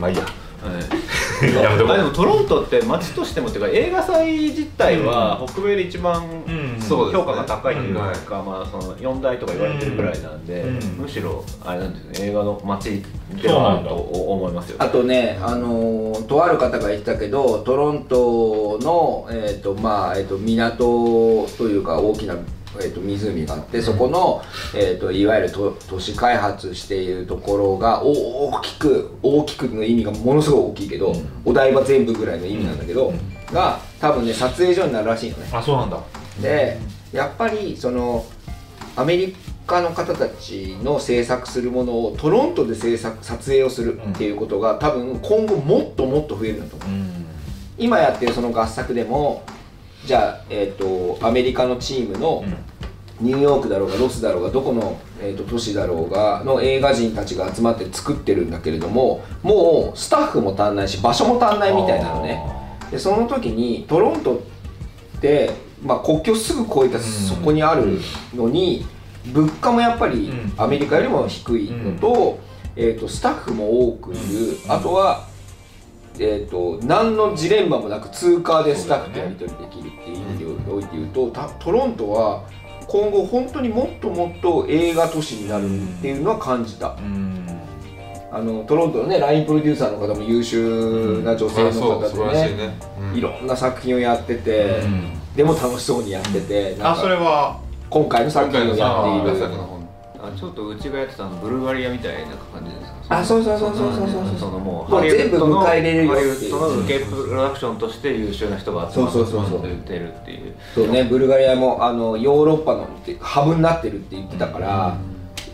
まあいいや
い
やめとこう
あでもトロントって街としてもっていうか映画祭自体は北米で一番
ん
評
そうですね
価が高いというか、まあ、その4大とか言われてるぐらいなんで、
うん
むしろあれなんですね映画の街ではあると思いますよ
あとね、あのーとある方が言ってたけどトロントの、えーとまあえー、と港というか大きな、えー、と湖があってそこの、えー、といわゆると都市開発しているところがお大きく大きくの意味がものすごい大きいけど、お台場全部ぐらいの意味なんだけど、が多分ね撮影所になるらしいのね。
あそうなんだ
でやっぱりそのアメリカの方たちの制作するものをトロントで制作撮影をするっていうことが多分今後もっともっと増えるんだと思う
うん
今やってるその合作でもじゃあ、えー、とアメリカのチームのニューヨークだろうがロスだろうがどこの、えー、と都市だろうがの映画人たちが集まって作ってるんだけれどももうスタッフも足んないし場所も足んないみたいなのね。でその時にトロントって、まあ、国境すぐ越えたそこにあるのに、物価もやっぱり
うん
アメリカよりも低いのと,、えー、とスタッフも多くいる、あとは、えー、と何のジレンマもなく通貨でスタッフとやり取りできるっていう意味でおいて言うとたトロントは今後本当にもっともっと映画都市になるっていうのは感じた。
うん
あのトロントのね LINE プロデューサーの方も優秀な女性の
そ
方
う素晴
で
らしい
ね
ね、うん
いろんな作品をやってて、でも楽しそうにやってて、なん
あ
か
それは
今回の作
今
品
回の
を
さ
やっ
原
ている
作の本
あちょっとうちがやってたあのブルガリアみたいな感じですか
あそうそうそうそうそうそうそう
のもう
もう全部迎え入れるよ
ハ
っ
リウ
てい
ッ
う
ドの受けプロダクションとして優秀な人が集まって
そうそうそうそう
出てるっていう
そうねブルガリアもあのヨーロッパのハブになってるって言ってたから、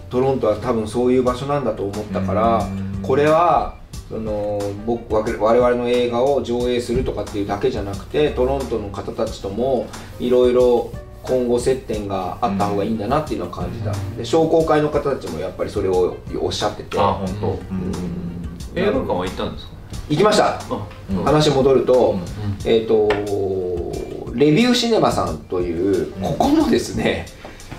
トロントは多分そういう場所なんだと思ったから、これはその僕わけ我々の映画を上映するとかっていうだけじゃなくてトロントの方たちともいろいろ今後接点があった方がいいんだなっていうのは感じた、で商工会の方たちもやっぱりそれをおっしゃってて
あ本当、
映画館は行ったんですか
行きました話戻ると、えっ、とレビューシネマさんというここもですね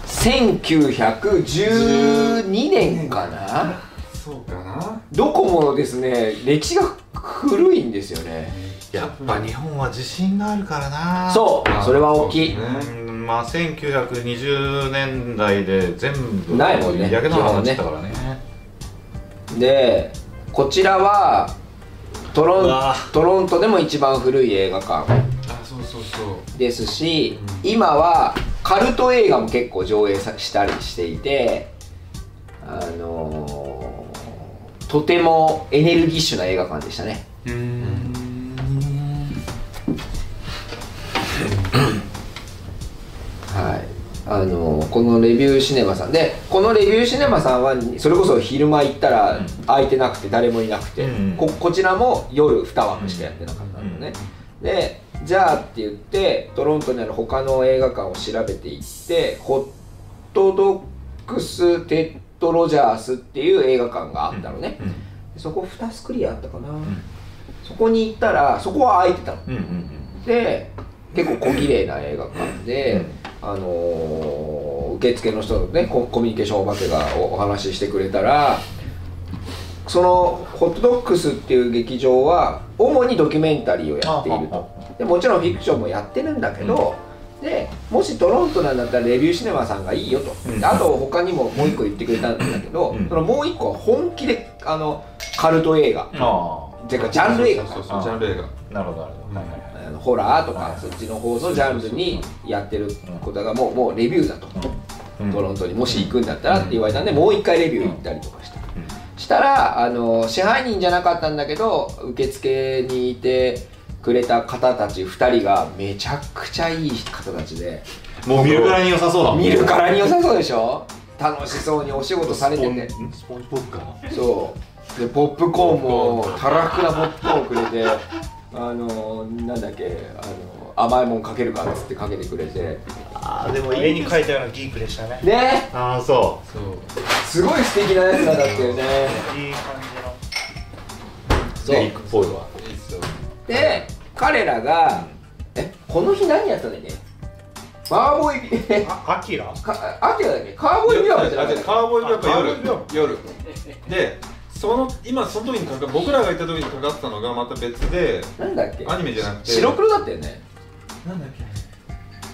1912年かな
そうかな
どこもですね歴史が古いんですよね
やっぱ日本は自信があるからな
そうそれは大きい、
そうですね
うんまあ1920年代で全部
ないもんね
やけど話だったからね
でこちらはトロ
う
ン
わ
トロントでも一番古い映画館
あそうそうそう
ですし、今はカルト映画も結構上映さしたりしていてあのーとてもエネルギッシュな映画館でしたねはいあのーこのレビューシネマさんでこのレビューシネマさんはそれこそ昼間行ったら空いてなくて誰もいなくて、
うん
ここちらも夜2枠しかやってなかったのね、でじゃあって言ってトロントにある他の映画館を調べていってホットドッグス・テッド・ロジャースっていう映画館があったのね、そこ2スクリーンあったかな、そこに行ったらそこは空いてたの
うんうん
で結構小綺麗な映画館で、あのー受付の人とねココミュニケーションお化けがおお話ししてくれたらそのホットドッグスっていう劇場は主にドキュメンタリーをやっている
ああ
とでもちろんフィクションもやってるんだけど、でもしトロントなんだったらレビューシネマさんがいいよと、
うん
であと他にももう一個言ってくれたんだけど、
うん
そのもう一個は本気であのカルト映画、
うんあ
ていうかジャンル映画か
そうそうそうジャンル映画
あなるほどなるほどはいはいはい
あのホラーとかそっちの方のジャンルにやってることがもうもうレビューだと、
うん
トロントにもし行くんだったらって言われたんでもう一回レビュー行ったりとかした、したらあの支配人じゃなかったんだけど受付にいてくれた方たち2人がめちゃくちゃいい方たちで
もう見るからに良さそうだもん
見るからに良さそうでしょ楽しそうにお仕事されてて
スポンジポップかな
そうでポップコーンもたらふくなポップコーンをくれてあのなんだっけあの甘いもんかけるかっつってかけてくれて
あーでも家に書いたようなギークでしたね
ね
ああそ
そう
すごい素敵なやつらだったよね
いい感じの
う
そう
メイクっぽいわ
いいっすよ
で彼らがえこの日何やったんだっけバーボーイえ
あアキラ
かあ秋だっけカーボーイビューアーじゃな
あ
か
違
った
う
っ
カーボーイビュー
あ
アップ夜夜でその今その時にかか僕らが行った時にかかってたのがまた別で
けなんだっけ
アニメじゃなくて
白黒だったよね
なんだっけ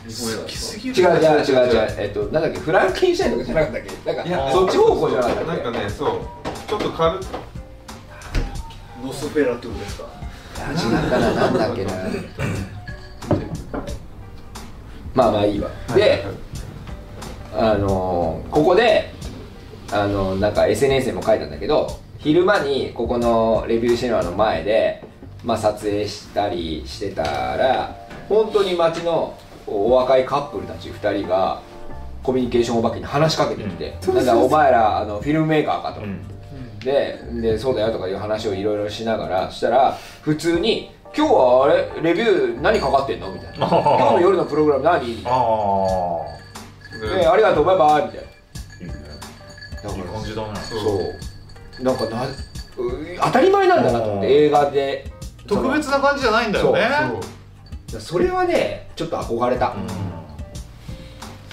好
きす
ぎる違う違う違う違うえっとなんだっけフランケンシャインとかじゃなかったっけなん
い
かそっち方向じゃなかったっ
なん
け
かねそうちょっと軽く
ノスフェラトゥですか
違ったな、なんだっけな。まあまあいいわ。で、あのーここで、あのーなんか SNS でも書いたんだけど、昼間にここのレビューシネマの前で、まあ撮影したりしてたら、本当に街のお若いカップルたち2人が、コミュニケーションお化けに話しかけてきて、なんだお前らあのフィルムメーカーかと、ででそうだよとかいう話をいろいろしながらしたら普通に「今日はあれレビュー何かかってんの?」みたいな「 今日の夜のプログラム何?」みたい
ああ
なで「ありがとうバイバイ」みたい
いいね
なだ
いい
から
感じだね
そうなんかなう当たり前なんだなと思って映画で
特別な感じじゃないんだよね
そう
そのそれはねちょっと憧れた、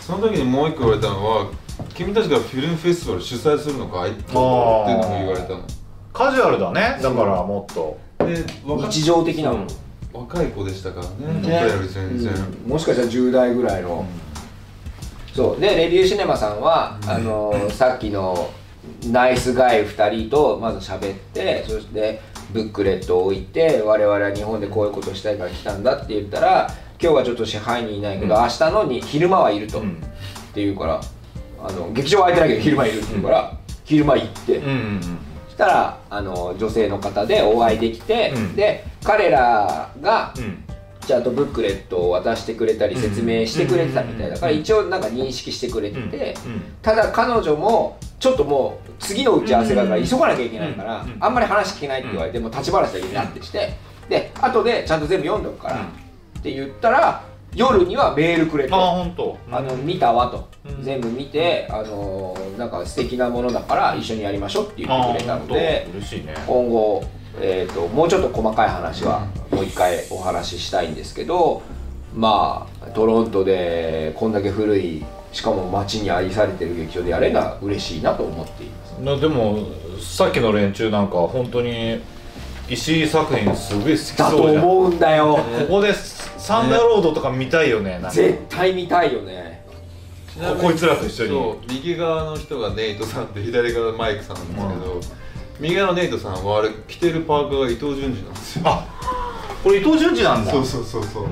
その時にもう一個言われたのは君たちがフィルムフェスティバル主催するのかいっていうのも言われたの
カジュアルだねだからもっと
で若
日常的なの、
若い子でしたからね
ん
僕らより全然
うんもしかしたら10代ぐらいの、そうでレビューシネマさんは、あのーさっきのナイスガイ2人とまず喋ってそしてブックレットを置いて我々は日本でこういうことしたいから来たんだって言ったら今日はちょっと支配人いないけど、明日のに昼間はいると、
うん
っていうからあの劇場は空いてないけど昼間いるって言うから、昼間行って、
うんうん
そしたらあの女性の方でお会いできて、
うん
で彼らが
うん
ちゃんとブックレットを渡してくれたり説明してくれてたみたいだから一応なんか認識してくれてて、ただ彼女もちょっともう次の打ち合わせだから急がなきゃいけないから、
うん
あんまり話聞けないって言われて、もう立ち話だけになってしてで後でちゃんと全部読んどくから、
うん
って言ったら夜にはメールくれて
ああ本当
あの見たわと、
うん
全部見て、あのーなんか素敵なものだから一緒にやりましょうって言ってくれたので
嬉しいね
今後、えー、ともうちょっと細かい話はもう一回お話ししたいんですけどまあトロントでこんだけ古いしかも街に愛されてる劇場でやれるのは嬉しいなと思っています
なでもさっきの連中なんか本当に石井作品すごい好き
だと
そうじゃんこ
思うんだよ
こでサンダーロードとか見たいよねなんか
絶対見たいよね
ちなみに
こいつらと一緒に
そう右側の人がネイトさんで左側がマイクさんなんですけど、右側のネイトさんはあれ着てるパーカーが伊藤潤二なんですよ
あこれ伊藤潤二なんだ
そうそうそうそう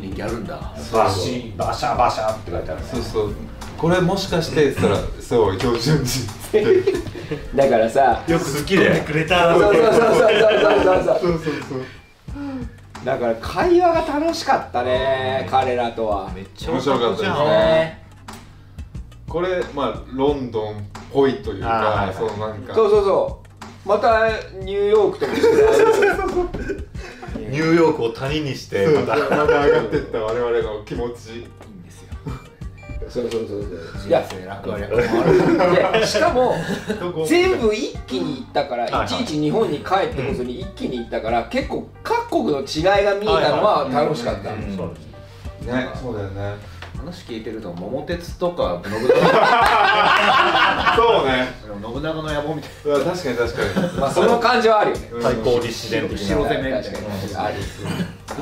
人気あるんだ
バシバシャバシャって書いてあるね
そうそうこれもしかしてって言ったら「そう伊藤潤二」っつって
だからさ
よく好きで
くれた
そうそうそうそうそうそうそ
そ
う
うそうそう
だから会話が楽しかったね彼らとは
めっちゃ
面白かったで
じゃ
す
ん
ねこれまあロンドンっぽいというか、
あーはいはい
そのなんか
そうそうそうまたニューヨークとか
ニューヨークを谷にしてまた
また上がってった我々の気持ち
いいんですよ
そうそうそうそうい
いや
や
楽は楽もある
でしかも
どこ
全部一気に行ったか
いは
ら
い
いちいち日本に帰ってこずに一気に行ったから結構各国の違いが見えたのは楽しかった
うん
そうです
ねそうだよね
話聞いてると桃鉄とか信長
そうね
の信長の野望みたい
いや確かに確かに
まあその感じはあるよね
最高立志伝的
白
な
攻めみたいな
確かにある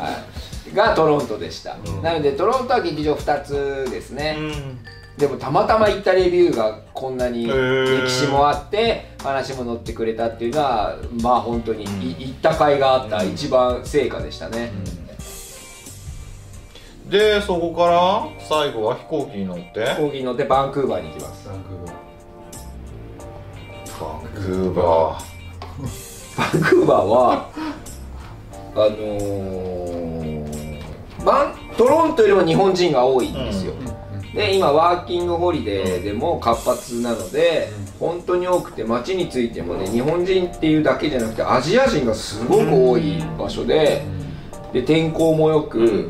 はいがトロントでしたなのでトロントは劇場2つですね
うん
でもたまたま行ったレビューがこんなに
へー
歴史もあって話も載ってくれたっていうのはまあ本当にい行った甲斐があった一番成果でしたね、
でそこから最後は飛行機に乗って
飛行機に乗ってバンクーバーに行きます
サンクー
バンクーバ
バンクーバーはあのーバントロントよりも日本人が多いんですよ、で今ワーキングホリデーでも活発なので、本当に多くて街についてもね日本人っていうだけじゃなくてアジア人がすごく多い場所で,、で天候もよく、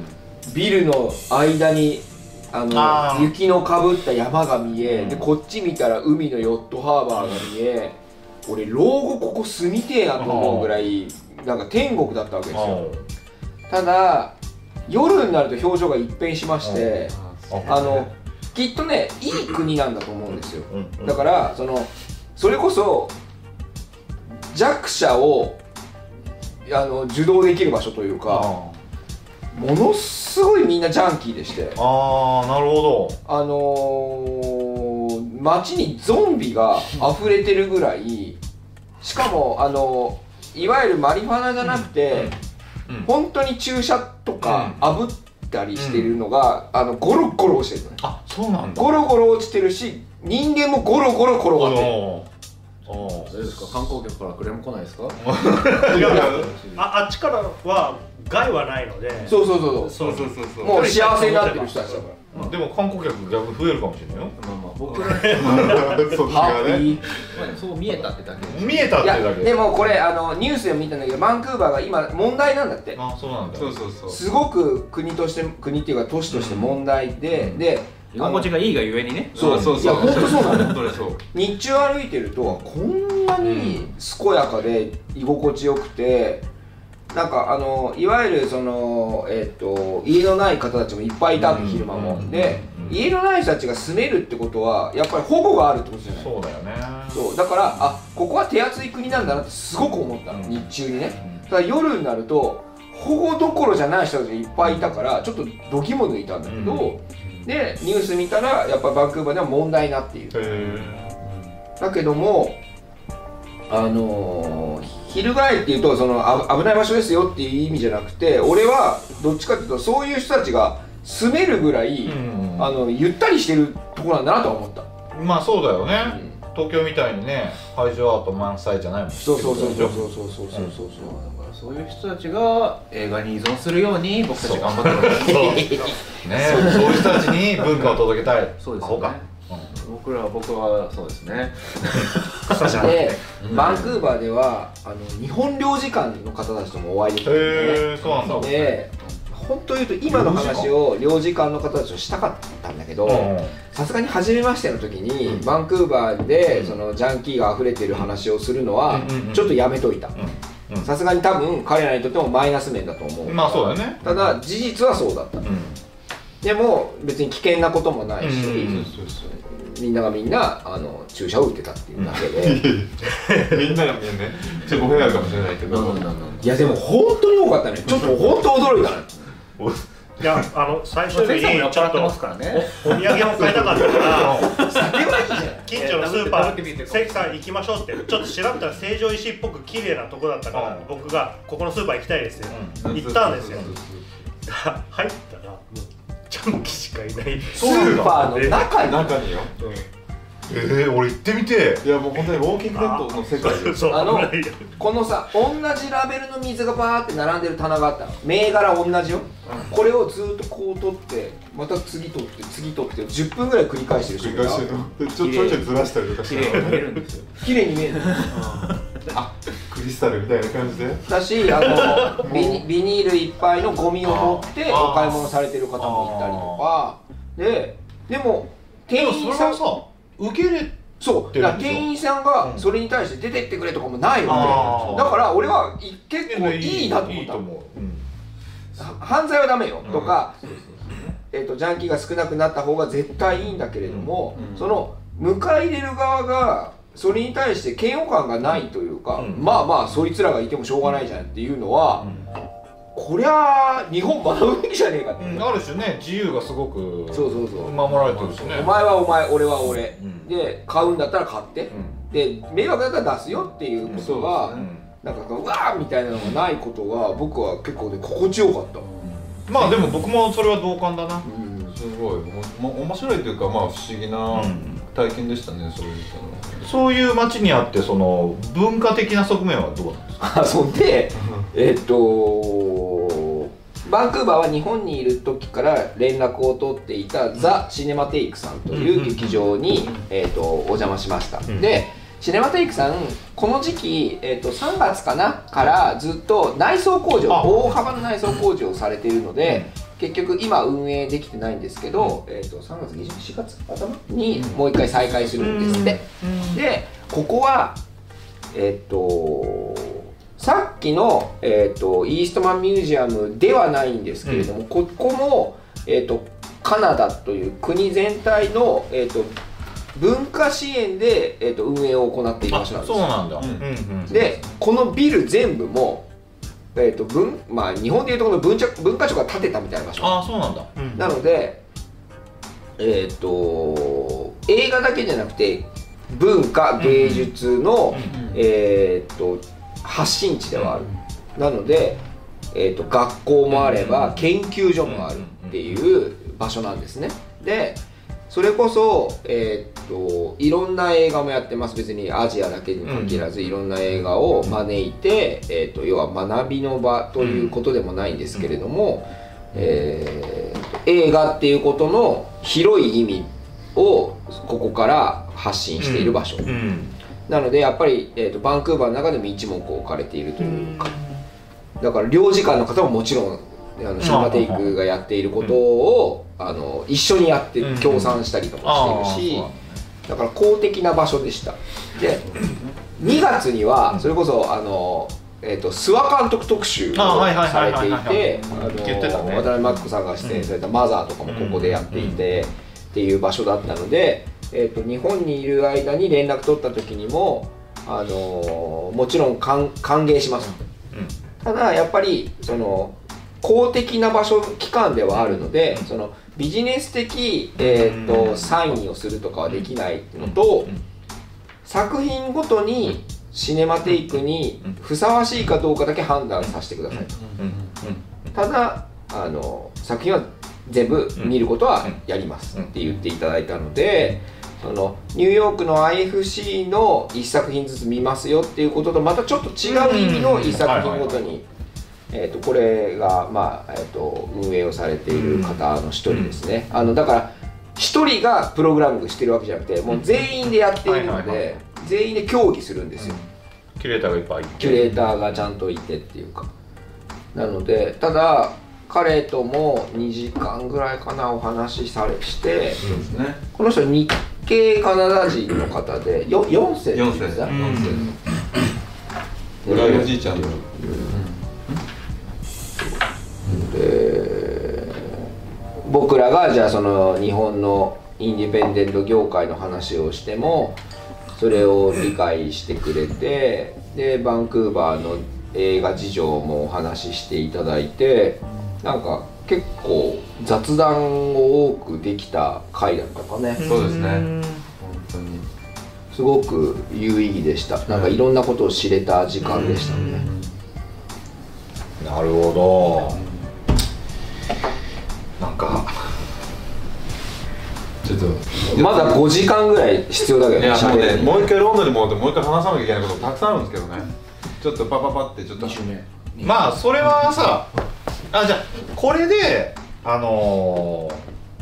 ビルの間にあの
あー
雪のかぶった山が見え、でこっち見たら海のヨットハーバーが見え俺老後ここ住みてえなと思うぐらいなんか天国だったわけですよ
ー
ただ夜になると表情が一変しまして
ル
あのきっとねいい国なんだと思うんですよ
うんうん
だからそのそれこそ弱者をあの受動できる場所というか
あ
ものすごいみんなジャンキーでして
ーあーなるほ
あのー、街にゾンビが溢れてるぐらいしかもあのー、いわゆるマリファナじゃなくて、
うんうん
本当に注射とか炙ったりしてるのが、あのゴロゴロ落ちてるのね
どあそうなんだ
ゴロゴロ落ちてるし人間もゴロゴロ転がってる
お
な大丈夫ですか観光客からクレーム来ないですか
いやいやああっちからは害はないので
そうそうそうそ
そうそうそう
うもう幸せになってる人たちだか
でも観光客逆に増えるかもしれないよ
まあまあ僕ら
そっち
らハ
が
ッピ
ね
ー
まあそう見えたってだけで
見えたっ
い
てだ
や
け
でもこれあのニュースでも見たんだけどバンクーバーが今問題なんだって
あそうなんだ
そうそうそう
すごく国として国っていうか都市として問題で、で
居心地がいいがゆえにね
そうそうそう
いや本当そうなの
本当にそう
日中歩いてるとこんなに健やかで居心地よくて、なんかあのいわゆるその、えっと家のない方たちもいっぱいいたって、
うん
昼間も、
うん
で、
うん
家のない人たちが住めるってことはやっぱり保護があるってことじゃない
そうだよね
そうだからあここは手厚い国なんだなってすごく思ったの、
うん
日中にね
うん
ただ夜になると保護どころじゃない人たちがいっぱいいたからちょっと度肝抜いたんだけど、でニュース見たらやっぱバンクーバーでは問題になっている
へ
だけどもあのー翻っていうとそのあ危ない場所ですよっていう意味じゃなくて俺はどっちかっていうとそういう人たちが住めるぐらい、
うん
あのゆったりしてるところなんだなとは思った、
まあそうだよね、東京みたいにね会場アート満載じゃないもん
そうそうそう そうそうそうそうそうそう
そうだからそういう人たちが映画に依存するように僕たち頑張ってます
ねそういう人たちに文化を届けたい
そうです
アホ
よね
か
僕ら僕はそうですね
で、バンクーバーではあの日本領事館の方たちともお会いできたんですね
へえそうなんだ
で本当言うと今の話を領事館の方たちとしたかったんだけどさすがに初めましての時に、バンクーバーでそのジャンキーが溢れてる話をするのは、
うんうんうん
ちょっとやめといた
うんうん
さすがに多分彼らにとってもマイナス面だと思う、
うんまあそうだよね
ただ事実はそうだった
う
でも別に危険なこともないし、
うんうんうん
そうそ
みんながみんなあの注射を打ってたっていうだけ で、
うみんながみんなねちょっと語弊あるかもしれないけど
いやでも本当に多かったねちょっと本当驚いたね
いやあの最初
先
に
生も酔っ
ちょ
払
っ
って
と
ますからね
お土産も買いたかったから
酒はいいじゃない
近所のスーパ
えー食べてみて
ー関さん行きましょうってちょっと調べたら成城石井っぽく綺麗なとこだったか
う
ら
ん
僕がここのスーパー行きたいですよ行ったんですよ入ったらもうジャンキしかいない
スーパーの中に
中によ
んえー俺行ってみて
いやもう本当にウォーキングデッドの世界よ
そう
あの
いやいや
このさ同じラベルの水がバーって並んでる棚があったの銘柄同じよ、これをずーっとこう取ってまた次取って次取って10分ぐらい繰り返してる
繰り返
人が
してるのでちょちょいちょいずらしたりとかし
綺
て
麗に見えるんですよ
綺麗に見える
あクリスタルみたいな感じで
だしあのビニビニールいっぱいのゴミを持ってお買い物されてる方もいたりとかででも
でもそれ
店員
は
さん
さ受け入れ
そう
て
だ
るん
から
でしょ
店員さんがそれに対して出てってくれとかもないわ
あ
け、
ー
だから俺はい結構いいなと
い
思っ
い
た
と思ううん
犯罪はダメよとか、えっとジャンキーが少なくなった方が絶対いいんだけれども、
うんうん
その迎え入れる側がそれに対して嫌悪感がないというか、
うん
まあまあそいつらがいてもしょうがないじゃんっていうのは、こりゃあ日本学ぶべきじゃねえかって、
うんある種ね自由がすごく
そうそうそう
守られてるしね
お前はお前俺は俺、
うん
で買うんだったら買って、で迷惑だったら出すよっていうことが、
うんそうですね
うん
なんかこううわーみたいなのがないことが僕は結構ね心地よかった、
まあでも僕もそれは同感だな
すごいも面白いというかまあ不思議な体験でしたねそういう
そういう街にあってその文化的な側面はどうなんですか
あそんでえっとバンクーバーは日本にいる時から連絡を取っていたザ・シネマテイクさんという劇場に、えっとお邪魔しました、
ん
でシネマテイクさんこの時期、えっと3月かなからずっと内装工事を
あ
大幅な内装工事をされているので結局今運営できてないんですけど、えっと3月下旬4月頭にもう一回再開するんですって、でここはえっとさっきの、えっとイーストマンミュージアムではないんですけれども、ここも、えっとカナダという国全体の、えっと文化支援で、えっと運営を行っている場所なんです
そうなんだ
うん
うんうん
でこのビル全部も、えっと文まあ、日本でいうところの文化文化庁が建てたみたいな場所
ああそうなんだ
うん
なので、えっ、と映画だけじゃなくて文化芸術の、えっ、と発信地ではある。なので、えっと学校もあれば研究所もあるっていう場所なんですね。でそれこそ、えっといろんな映画もやってます別にアジアだけに限らずいろんな映画を招いて、えっと要は学びの場ということでもないんですけれども、えー映画っていうことの広い意味をここから発信している場所、
うん
なのでやっぱり、えー、とバンクーバーの中でも一目置かれているというか、だから領事館の方ももちろんあのシンバテイクがやっていることを、あの一緒にやって
うん
協賛したりとかしているし、
あ
だから公的な場所でしたで2月にはそれこそあの、えー、と諏訪監督特集を
あはいはい
さ
は
れ
い
て
はい
い
はい
てあの
言ってたね
渡辺真紀子さんが出演された「マザー」とかもここでやっていて、っていう場所だったので、えー、と日本にいる間に連絡取った時にも、あのもちろん歓歓迎します、
うん
ただやっぱりその公的な場所機関ではあるので、そのビジネス的、えーと
うん
サインをするとかはできないのと、
うん
作品ごとにシネマテイクにふさわしいかどうかだけ判断させてくださいとただあの作品は全部見ることはやりますって言っていただいたのでそのニューヨークの IFC の1作品ずつ見ますよっていうこととまたちょっと違う意味の1作品ごとに。えー、とこれが、まあえー、と運営をされている方の一人ですね、あのだから一人がプログラミングしてるわけじゃなくてもう全員でやっているの
はいはいは
で全員で協議するんですよ、
キュレーターがいっぱいいて
キュレーターがちゃんといてっていうかなのでただ彼とも2時間ぐらいかなお話しされして
そうですね
この人日系カナダ人の方でよ4世って
4
いうん
世
ですか
4世
うん
裏井おじいちゃんの
えー僕らがじゃあその日本のインディペンデント業界の話をしてもそれを理解してくれてでバンクーバーの映画事情もお話ししていただいてなんか結構雑談を多くできた回だったかね
そうですね本当に
すごく有意義でしたなんかいろんなことを知れた時間でしたね
なるほどなんか
ちょっと
まだ5時間ぐらい必要だけど
いやもう
喋
ね
るに
もう一回ロンドンに戻ってもう一回話さなきゃいけないことたくさんあるんですけどねちょっとパパパってちょっと
まあそれはさあじゃあこれであのー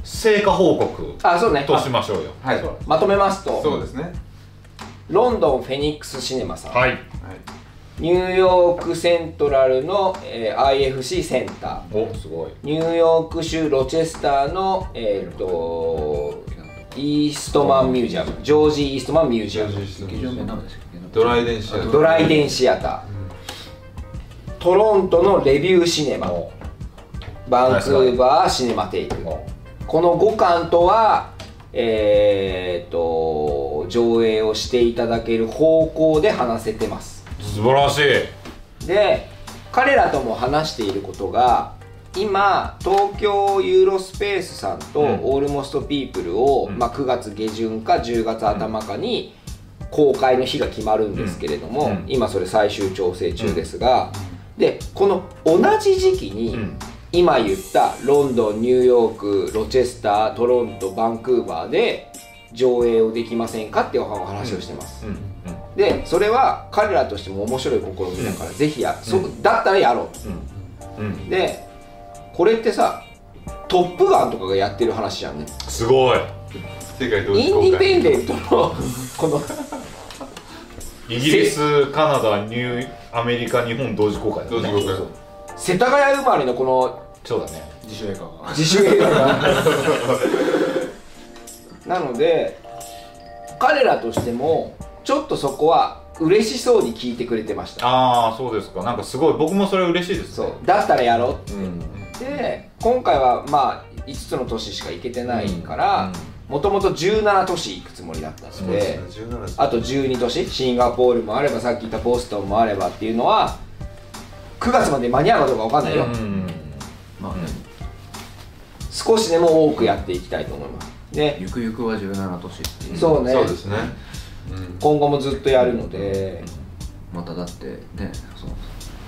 成果報告
あそうね
としましょうよ
はい
まとめますと
そうですねは
ロンドンフェニックスシネマさん、
はい
い
ニューヨークセントラルの、えー IFC センター
おすごい
ニューヨーク州ロチェスターのえっ、とイーストマンミュージアムジョージ・イーストマンミュージアム
劇場名なんでしたっけ
ドライ電車
ドライデンシアタートロントのレビューシネマ
お
バンクーバーシネマテイク
お
この5巻とはえっ、と上映をしていただける方向で話せてます
素晴らしい
で彼らとも話していることが今東京ユーロスペースさんと、
うん
オールモストピープルを、
うん
まあ、9月下旬か10月頭かに公開の日が決まるんですけれども、
うん今
今それ最終調整中ですが、でこの同じ時期に、
うん
今言ったロンドンニューヨークロチェスタートロントバンクーバーで上映をできませんかっていうお話をしてます。
うんうん
でそれは彼らとしても面白い試みだから、ぜひや、そ
うん
だったらやろ
うんうん
うでこれってさ「トップガン」とかがやってる話じゃんね
すごい
世界同
イ
時
ンデ
公
ィペ
開
ンデントのこの
イギリスカナダニューアメリカ日本同時公開だね
同時公開
世田谷生まれのこの
そうだね
自主映画が
自主映 画がなので彼らとしてもちょっとそこは嬉しそうに聞いてくれてました
ああそうですかなんかすごい僕もそれ嬉しいです
そ
ね
うだったらやろう
ううん
で今回はまあ5つの都市しか行けてないからもともと17都市行くつもりだったので
17です
あと12都市シンガポールもあればさっき言ったボストンもあればっていうのは9月まで間に合うかどうかわかんないよ、
うん
まあ、
少しでも多くやっていきたいと思いますで
ゆくゆくは17都市っていう
そうね
そうですねうん
今後もずっとやるので、
まただってねその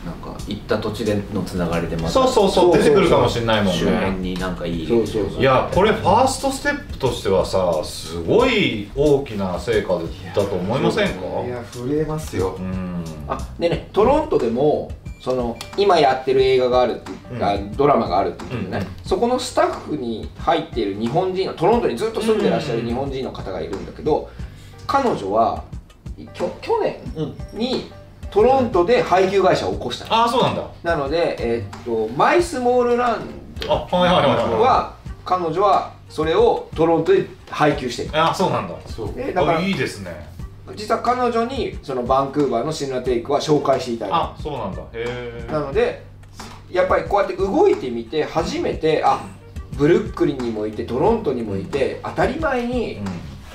なんか行った土地でのつながりでまた
そうそうそう出てくるかもしれないもん
周辺
ね
になんかいい
そうそうそう
いやこれファーストステップとしてはさすごい大きな成果だと思いませんか
いや震えますよ
うん
あでねトロントでもその今やってる映画があるって、
うん
あドラマがあるって言ってね、そこのスタッフに入っている日本人のトロントにずっと住んでらっしゃる日本人の方がいるんだけど彼女はきょ去年にトロントで配給会社を起こしたの
ああそうなんだ
なので、えーっとマイスモールランド
あはいはいはいはい
は彼女はそれをトロントで配給してる
あそうなんだ
そう
でだから
あいいですね
実は彼女にそのバンクーバーのシネマテイクは紹介していただいた
あそうなんだへ
な
え
のでやっぱりこうやって動いてみて初めてあブルックリンにもいてトロントにもいて当たり前に、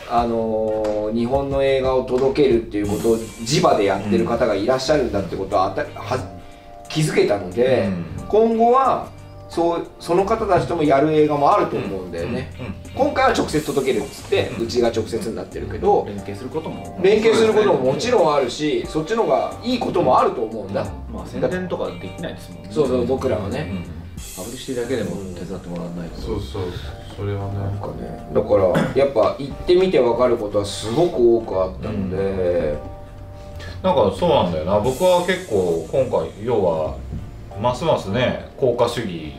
あのー日本の映画を届けるっていうことを地場でやってる方がいらっしゃるんだってことはあたは気づけたので、
うん
今後はそうその方たちともやる映画もあると思うんだよね、今回は直接届けるっつって、うちが直接になってるけど、
連携することも
連携することももちろんあるしそっちの方がいいこともあると思うんだ、
まあ宣伝とかできないですもんね
そうそう僕らはね、
WC だけでも手伝ってもらわないと
そうそうそれはね
なんかねだからやっぱ行ってみて分かることはすごく多くあったので、
なんかそうなんだよな僕は結構今回要はますますね効果主義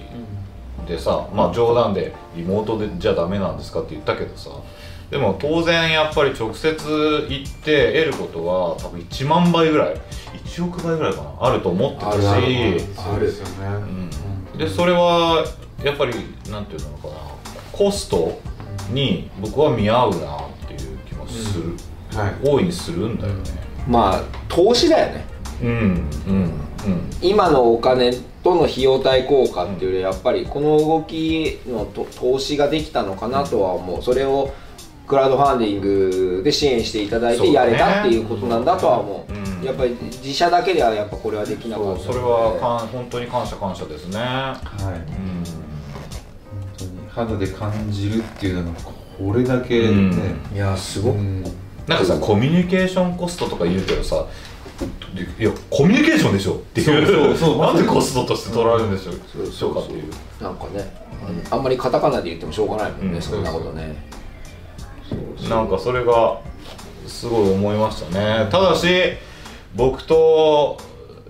でさ、まあ冗談で「リモートでじゃダメなんですか?」って言ったけどさでも当然やっぱり直接行って得ることは多分1万倍ぐらい1億倍ぐらいかなあると思ってたし
そうですよね、
うんでそれはやっぱりなんていうのかなコストに僕は見合うなっていう気もする、
はい
大いにするんだよね
まあ投資だよね
うんうんうん
今のお金との費用対効果っていうよりやっぱりこの動きのと投資ができたのかなとは思うそれをクラウドファンディングで支援していただい
そ
て
うだ
や
ね
れたっていうことなんだとは思う
うん
やっぱり自社だけではやっぱこれはできなか
そ
っ
う
た
それはかん本当に感謝感謝ですね
はい本
うん
当に肌で感じるっていうのがこれだけね、
いやす
う
ごく
ん
なんかさコミュニケーションコストとか言うけどさいやコミュニケーションでしょっていう
そうそうそう
なんでコストとして取られるんでしょうしょうかっていう
なんかねあんまりカタカナで言ってもしょうがないもんね、
うん
そんなことね
なんかそれがすごい思いましたねただし僕と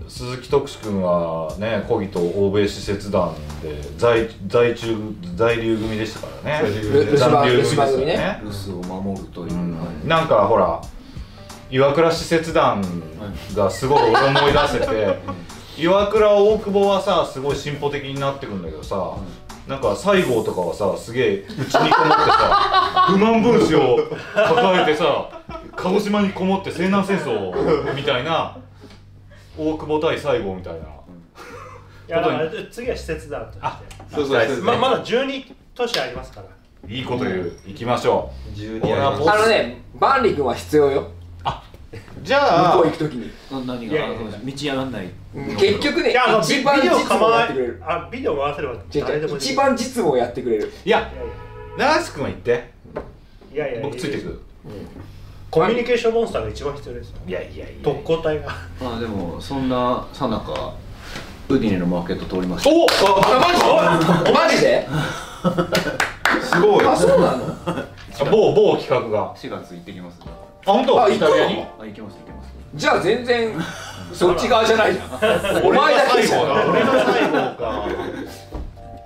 鈴木徳志君はね小木と欧米施設団で在在中在留組でしたからね
在留
留留守番
残留ですよ
留守番組ね
留守を守るという、
うんなんかほら岩倉使節団がすごい俺思い出せて岩倉大久保はさすごい進歩的になってくんだけどさ、なんか西郷とかはさすげえうちにこもってさ不満分子を抱えてさ鹿児島にこもって西南戦争みたいな大久保対西郷みたいな。
いやだから次は施設だとして
そうそうそう
ままだ12都市ありますから
いいこと言う、行きましょう。
12
俺はポ
あのね万里君は必要よ
じゃ
向
あ
こう行く時に
何
いやいやいや
が道に上がんない
結局ね
いやあのビ
一番
ビデ
実
オ
務を
構
やっ
え
てくれる
あビデオ回せれば
違う
誰
違
で
う
も
一番実務をやってくれる
いや長瀬君は行って、
いやいやいや
僕ついてくる。
コミュニケーションモンスターが一番必要ですよ
いやいやいや。
特攻隊が
まあでもそんなさなかウディネのマーケット通りました
お
マジです
ごい
あそうなの
某某企画があ
4月行ってきますあ
本当
あ
イタリアに
行
行きます行きます
じゃあ全然そっち側じゃない じゃんお
俺が
前だけ
最
じゃ
後
ん
だ俺が最後か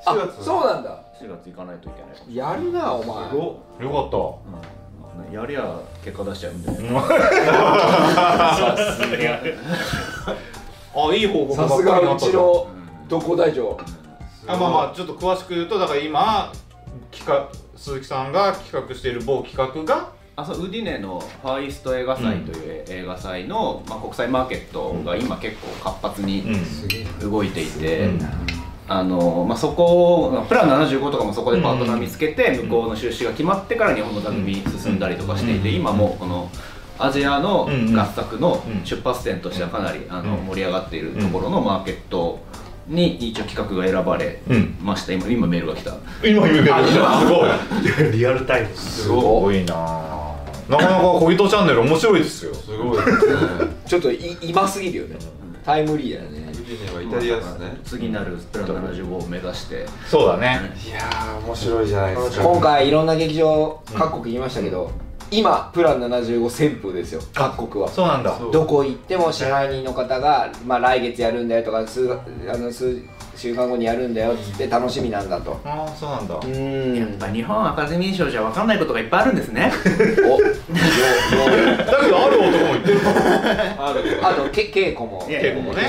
あそうなんだ
4月行かないといけないかも
やるなお前
よかっ
うんやりゃ結果出しちゃうんで、
たあいい報告ばっ
さ
か
す
りだ
が
っ
う
た
ちのどこ大丈
あまあまあちょっと詳しく言うとだから今企画鈴木さんが企画している某企画が
あそうウディネのファーイスト映画祭という映画祭の、まあ、国際マーケットが今結構活発に動いていて、
うん
あのまあ、そこをプラン75とかもそこでパートナー見つけて
ん
向こうの収支が決まってから日本の番組進んだりとかしていて
うん
今もうこのアジアの
うん
合作の
うん
出発点としてはかなりあの
うん
盛り上がっているところのマーケットに一応企画が選ばれ
うん
ました今今メールが来た
今言うけどすごい
リアルタイム
すごいななかなか小人チャンネル面白いですよ
すごいですね
夫ちょっとい今すぎるよねタイムリーだよね
ウジニアはイタリアですね
次なるプラン75を目指して
そうだね
いやー面白いじゃないです
今
か
回いろんな劇場各国言いましたけど今プラン75旋風ですよ各国は
そうなんだ
そう
どこ行っても支配人の方が、まあ、来月やるんだよとか数あの数週間後にやるんだよっつって楽しみなんだと
ああそうなんだ
うーん
ぱ日本アカデミー賞じゃ分かんないことがいっぱいあるんで すね
およよ
だけどある男も言 ってる
ある
あとけ稽古も
いや
稽古もね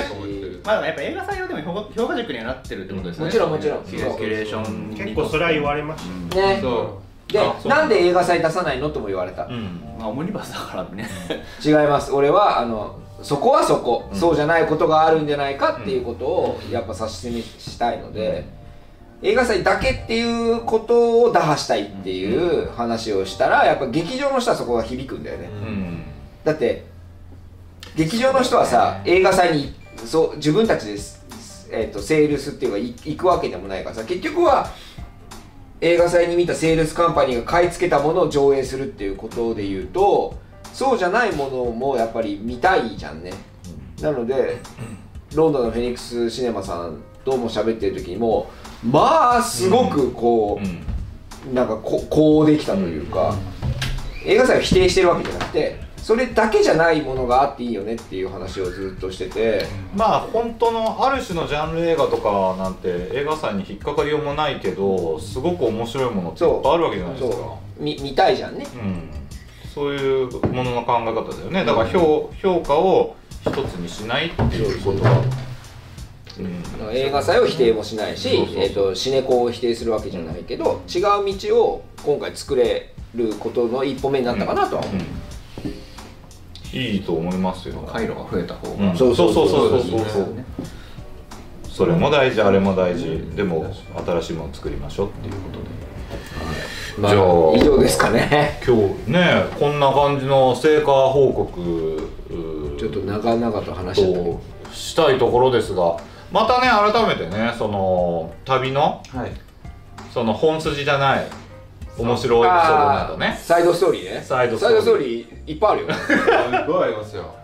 まあやっぱ映画祭はでも評価評価軸にはなってるってことですね
もちろんもちろん
キュレキュレーションに
結構それは言われましたよ
ね
そ
で
あそう
なんで映画祭出さないのとも言われた、
うん
まあオムニバスだからね
違います俺はあのそこはそこ、そうじゃないことがあるんじゃないかっていうことをやっぱ指し示したいので、映画祭だけっていうことを打破したいっていう話をしたらやっぱ劇場の人はそこが響くんだよね、
うん
だって劇場の人はさ映画祭にそう自分たちですえっとセールスっていうかい行くわけでもないからさ結局は映画祭に見たセールスカンパニーが買い付けたものを上映するっていうことで言うとそうじゃないものもやっぱり見たいじゃんねなのでロンドンのフェニックスシネマさんとも喋ってる時にもまあすごくこう、なんかここうできたというか、映画祭を否定してるわけじゃなくてそれだけじゃないものがあっていいよねっていう話をずっとしてて、
まあ本当のある種のジャンル映画とかなんて映画祭に引っかかりようもないけどすごく面白いものっていっぱいあるわけじゃないですか
そうみ見たいじゃんね
うん、そういうものの考え方だよねだから評,、評価を一つにしないっていうことは、うん、
映画祭を否定もしないし、
そうそうそう
えー、とシネコを否定するわけじゃないけど、違う道を今回作れることの一歩目になったかなとは思う、
うんいいと思いますよ、
回路が増えた方
う
が
ん、そうそうそうそうそうそう
そうね
それも大事あれも大事、でも新しいものを作りましょうっていうことで、じゃあ
以上ですかね
今日ねこんな感じの成果報告う
ちょっと長々と話しちゃったけど
としたいところですがまたね改めてねその旅の
はい
その本筋じゃない面白いエピソードなど
あー
ね
サイドストーリーね
サイドストーリー
いっぱいあるよ
すごいありますよ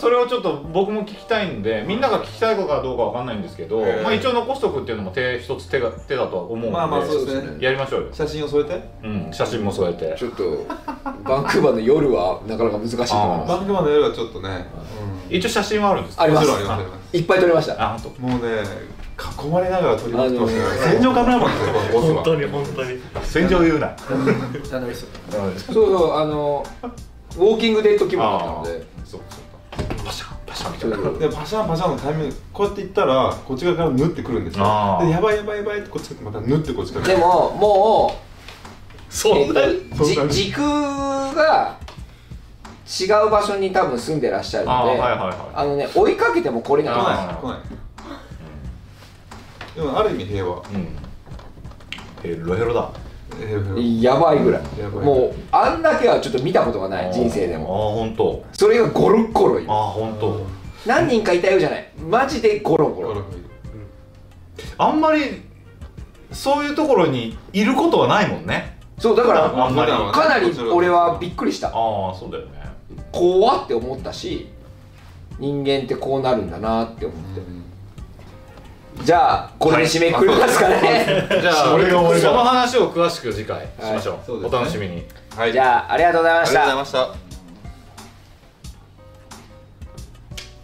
それをちょっと僕も聞きたいんでみんなが聞きたいのかどうかわかんないんですけど、
ええ
まあ、一応残しとくっていうのも手一つ手が手だとは思うんで、
まあまあそうですね
やりましょうよ、
写真を添えて
うん、写真も添えて
ちょっとバンクーバーの夜はなかなか難しいと思い
あ
ま
バンクマンの夜はちょっとね、
一応写真はあるんですか
あり
うん、
ま
も
す
ちろんありますあります
すいっぱい撮りました
あ本
もうね囲まれながら撮りまくってますね、
あの
戦場カメラマンですよ
ボスは
本当に本当に
当戦場言うな
ダメ ですよ
そうそうあのウォーキングデッド気分だったので
そうそうパシャンパシャンみた
そ
いうな
そう
でパシャンパシャンのタイミングこうやっていったらこっち側から縫ってくるんですよ
あー
でやばいやばいやばいってこっちからまた縫ってこっちから
でももう、
そ
えっと
そんなに
じ時空が違う場所に多分住んでらっしゃる
あ
の
ーは
で
いはい
あ
は
のね追いかけてもこれ
来
が
あ
ない
ない来ないでもある意味平和
いうんヘロヘロだ
平和平
やばいぐらい
やばい
もうあんだけはちょっと見たことがない人生で
あ
も
あ本当
それがゴロッゴロいる
ああ本当
何人かいたようじゃないマジでゴロゴ
和
ロ
あんまりそういうところにいることはないもんね
そうだから
あんまり
かなり俺はびっくりした
ああそうだよね
怖って思ったし人間ってこうなるんだなって思ってじゃあこれで締めくくりますかね、
じゃあ
それが俺が
その話を詳しく次回しましょう、
はい
お楽しみに、
はい
じゃあありがとうございま
あ
し
りがとうござ
た
いました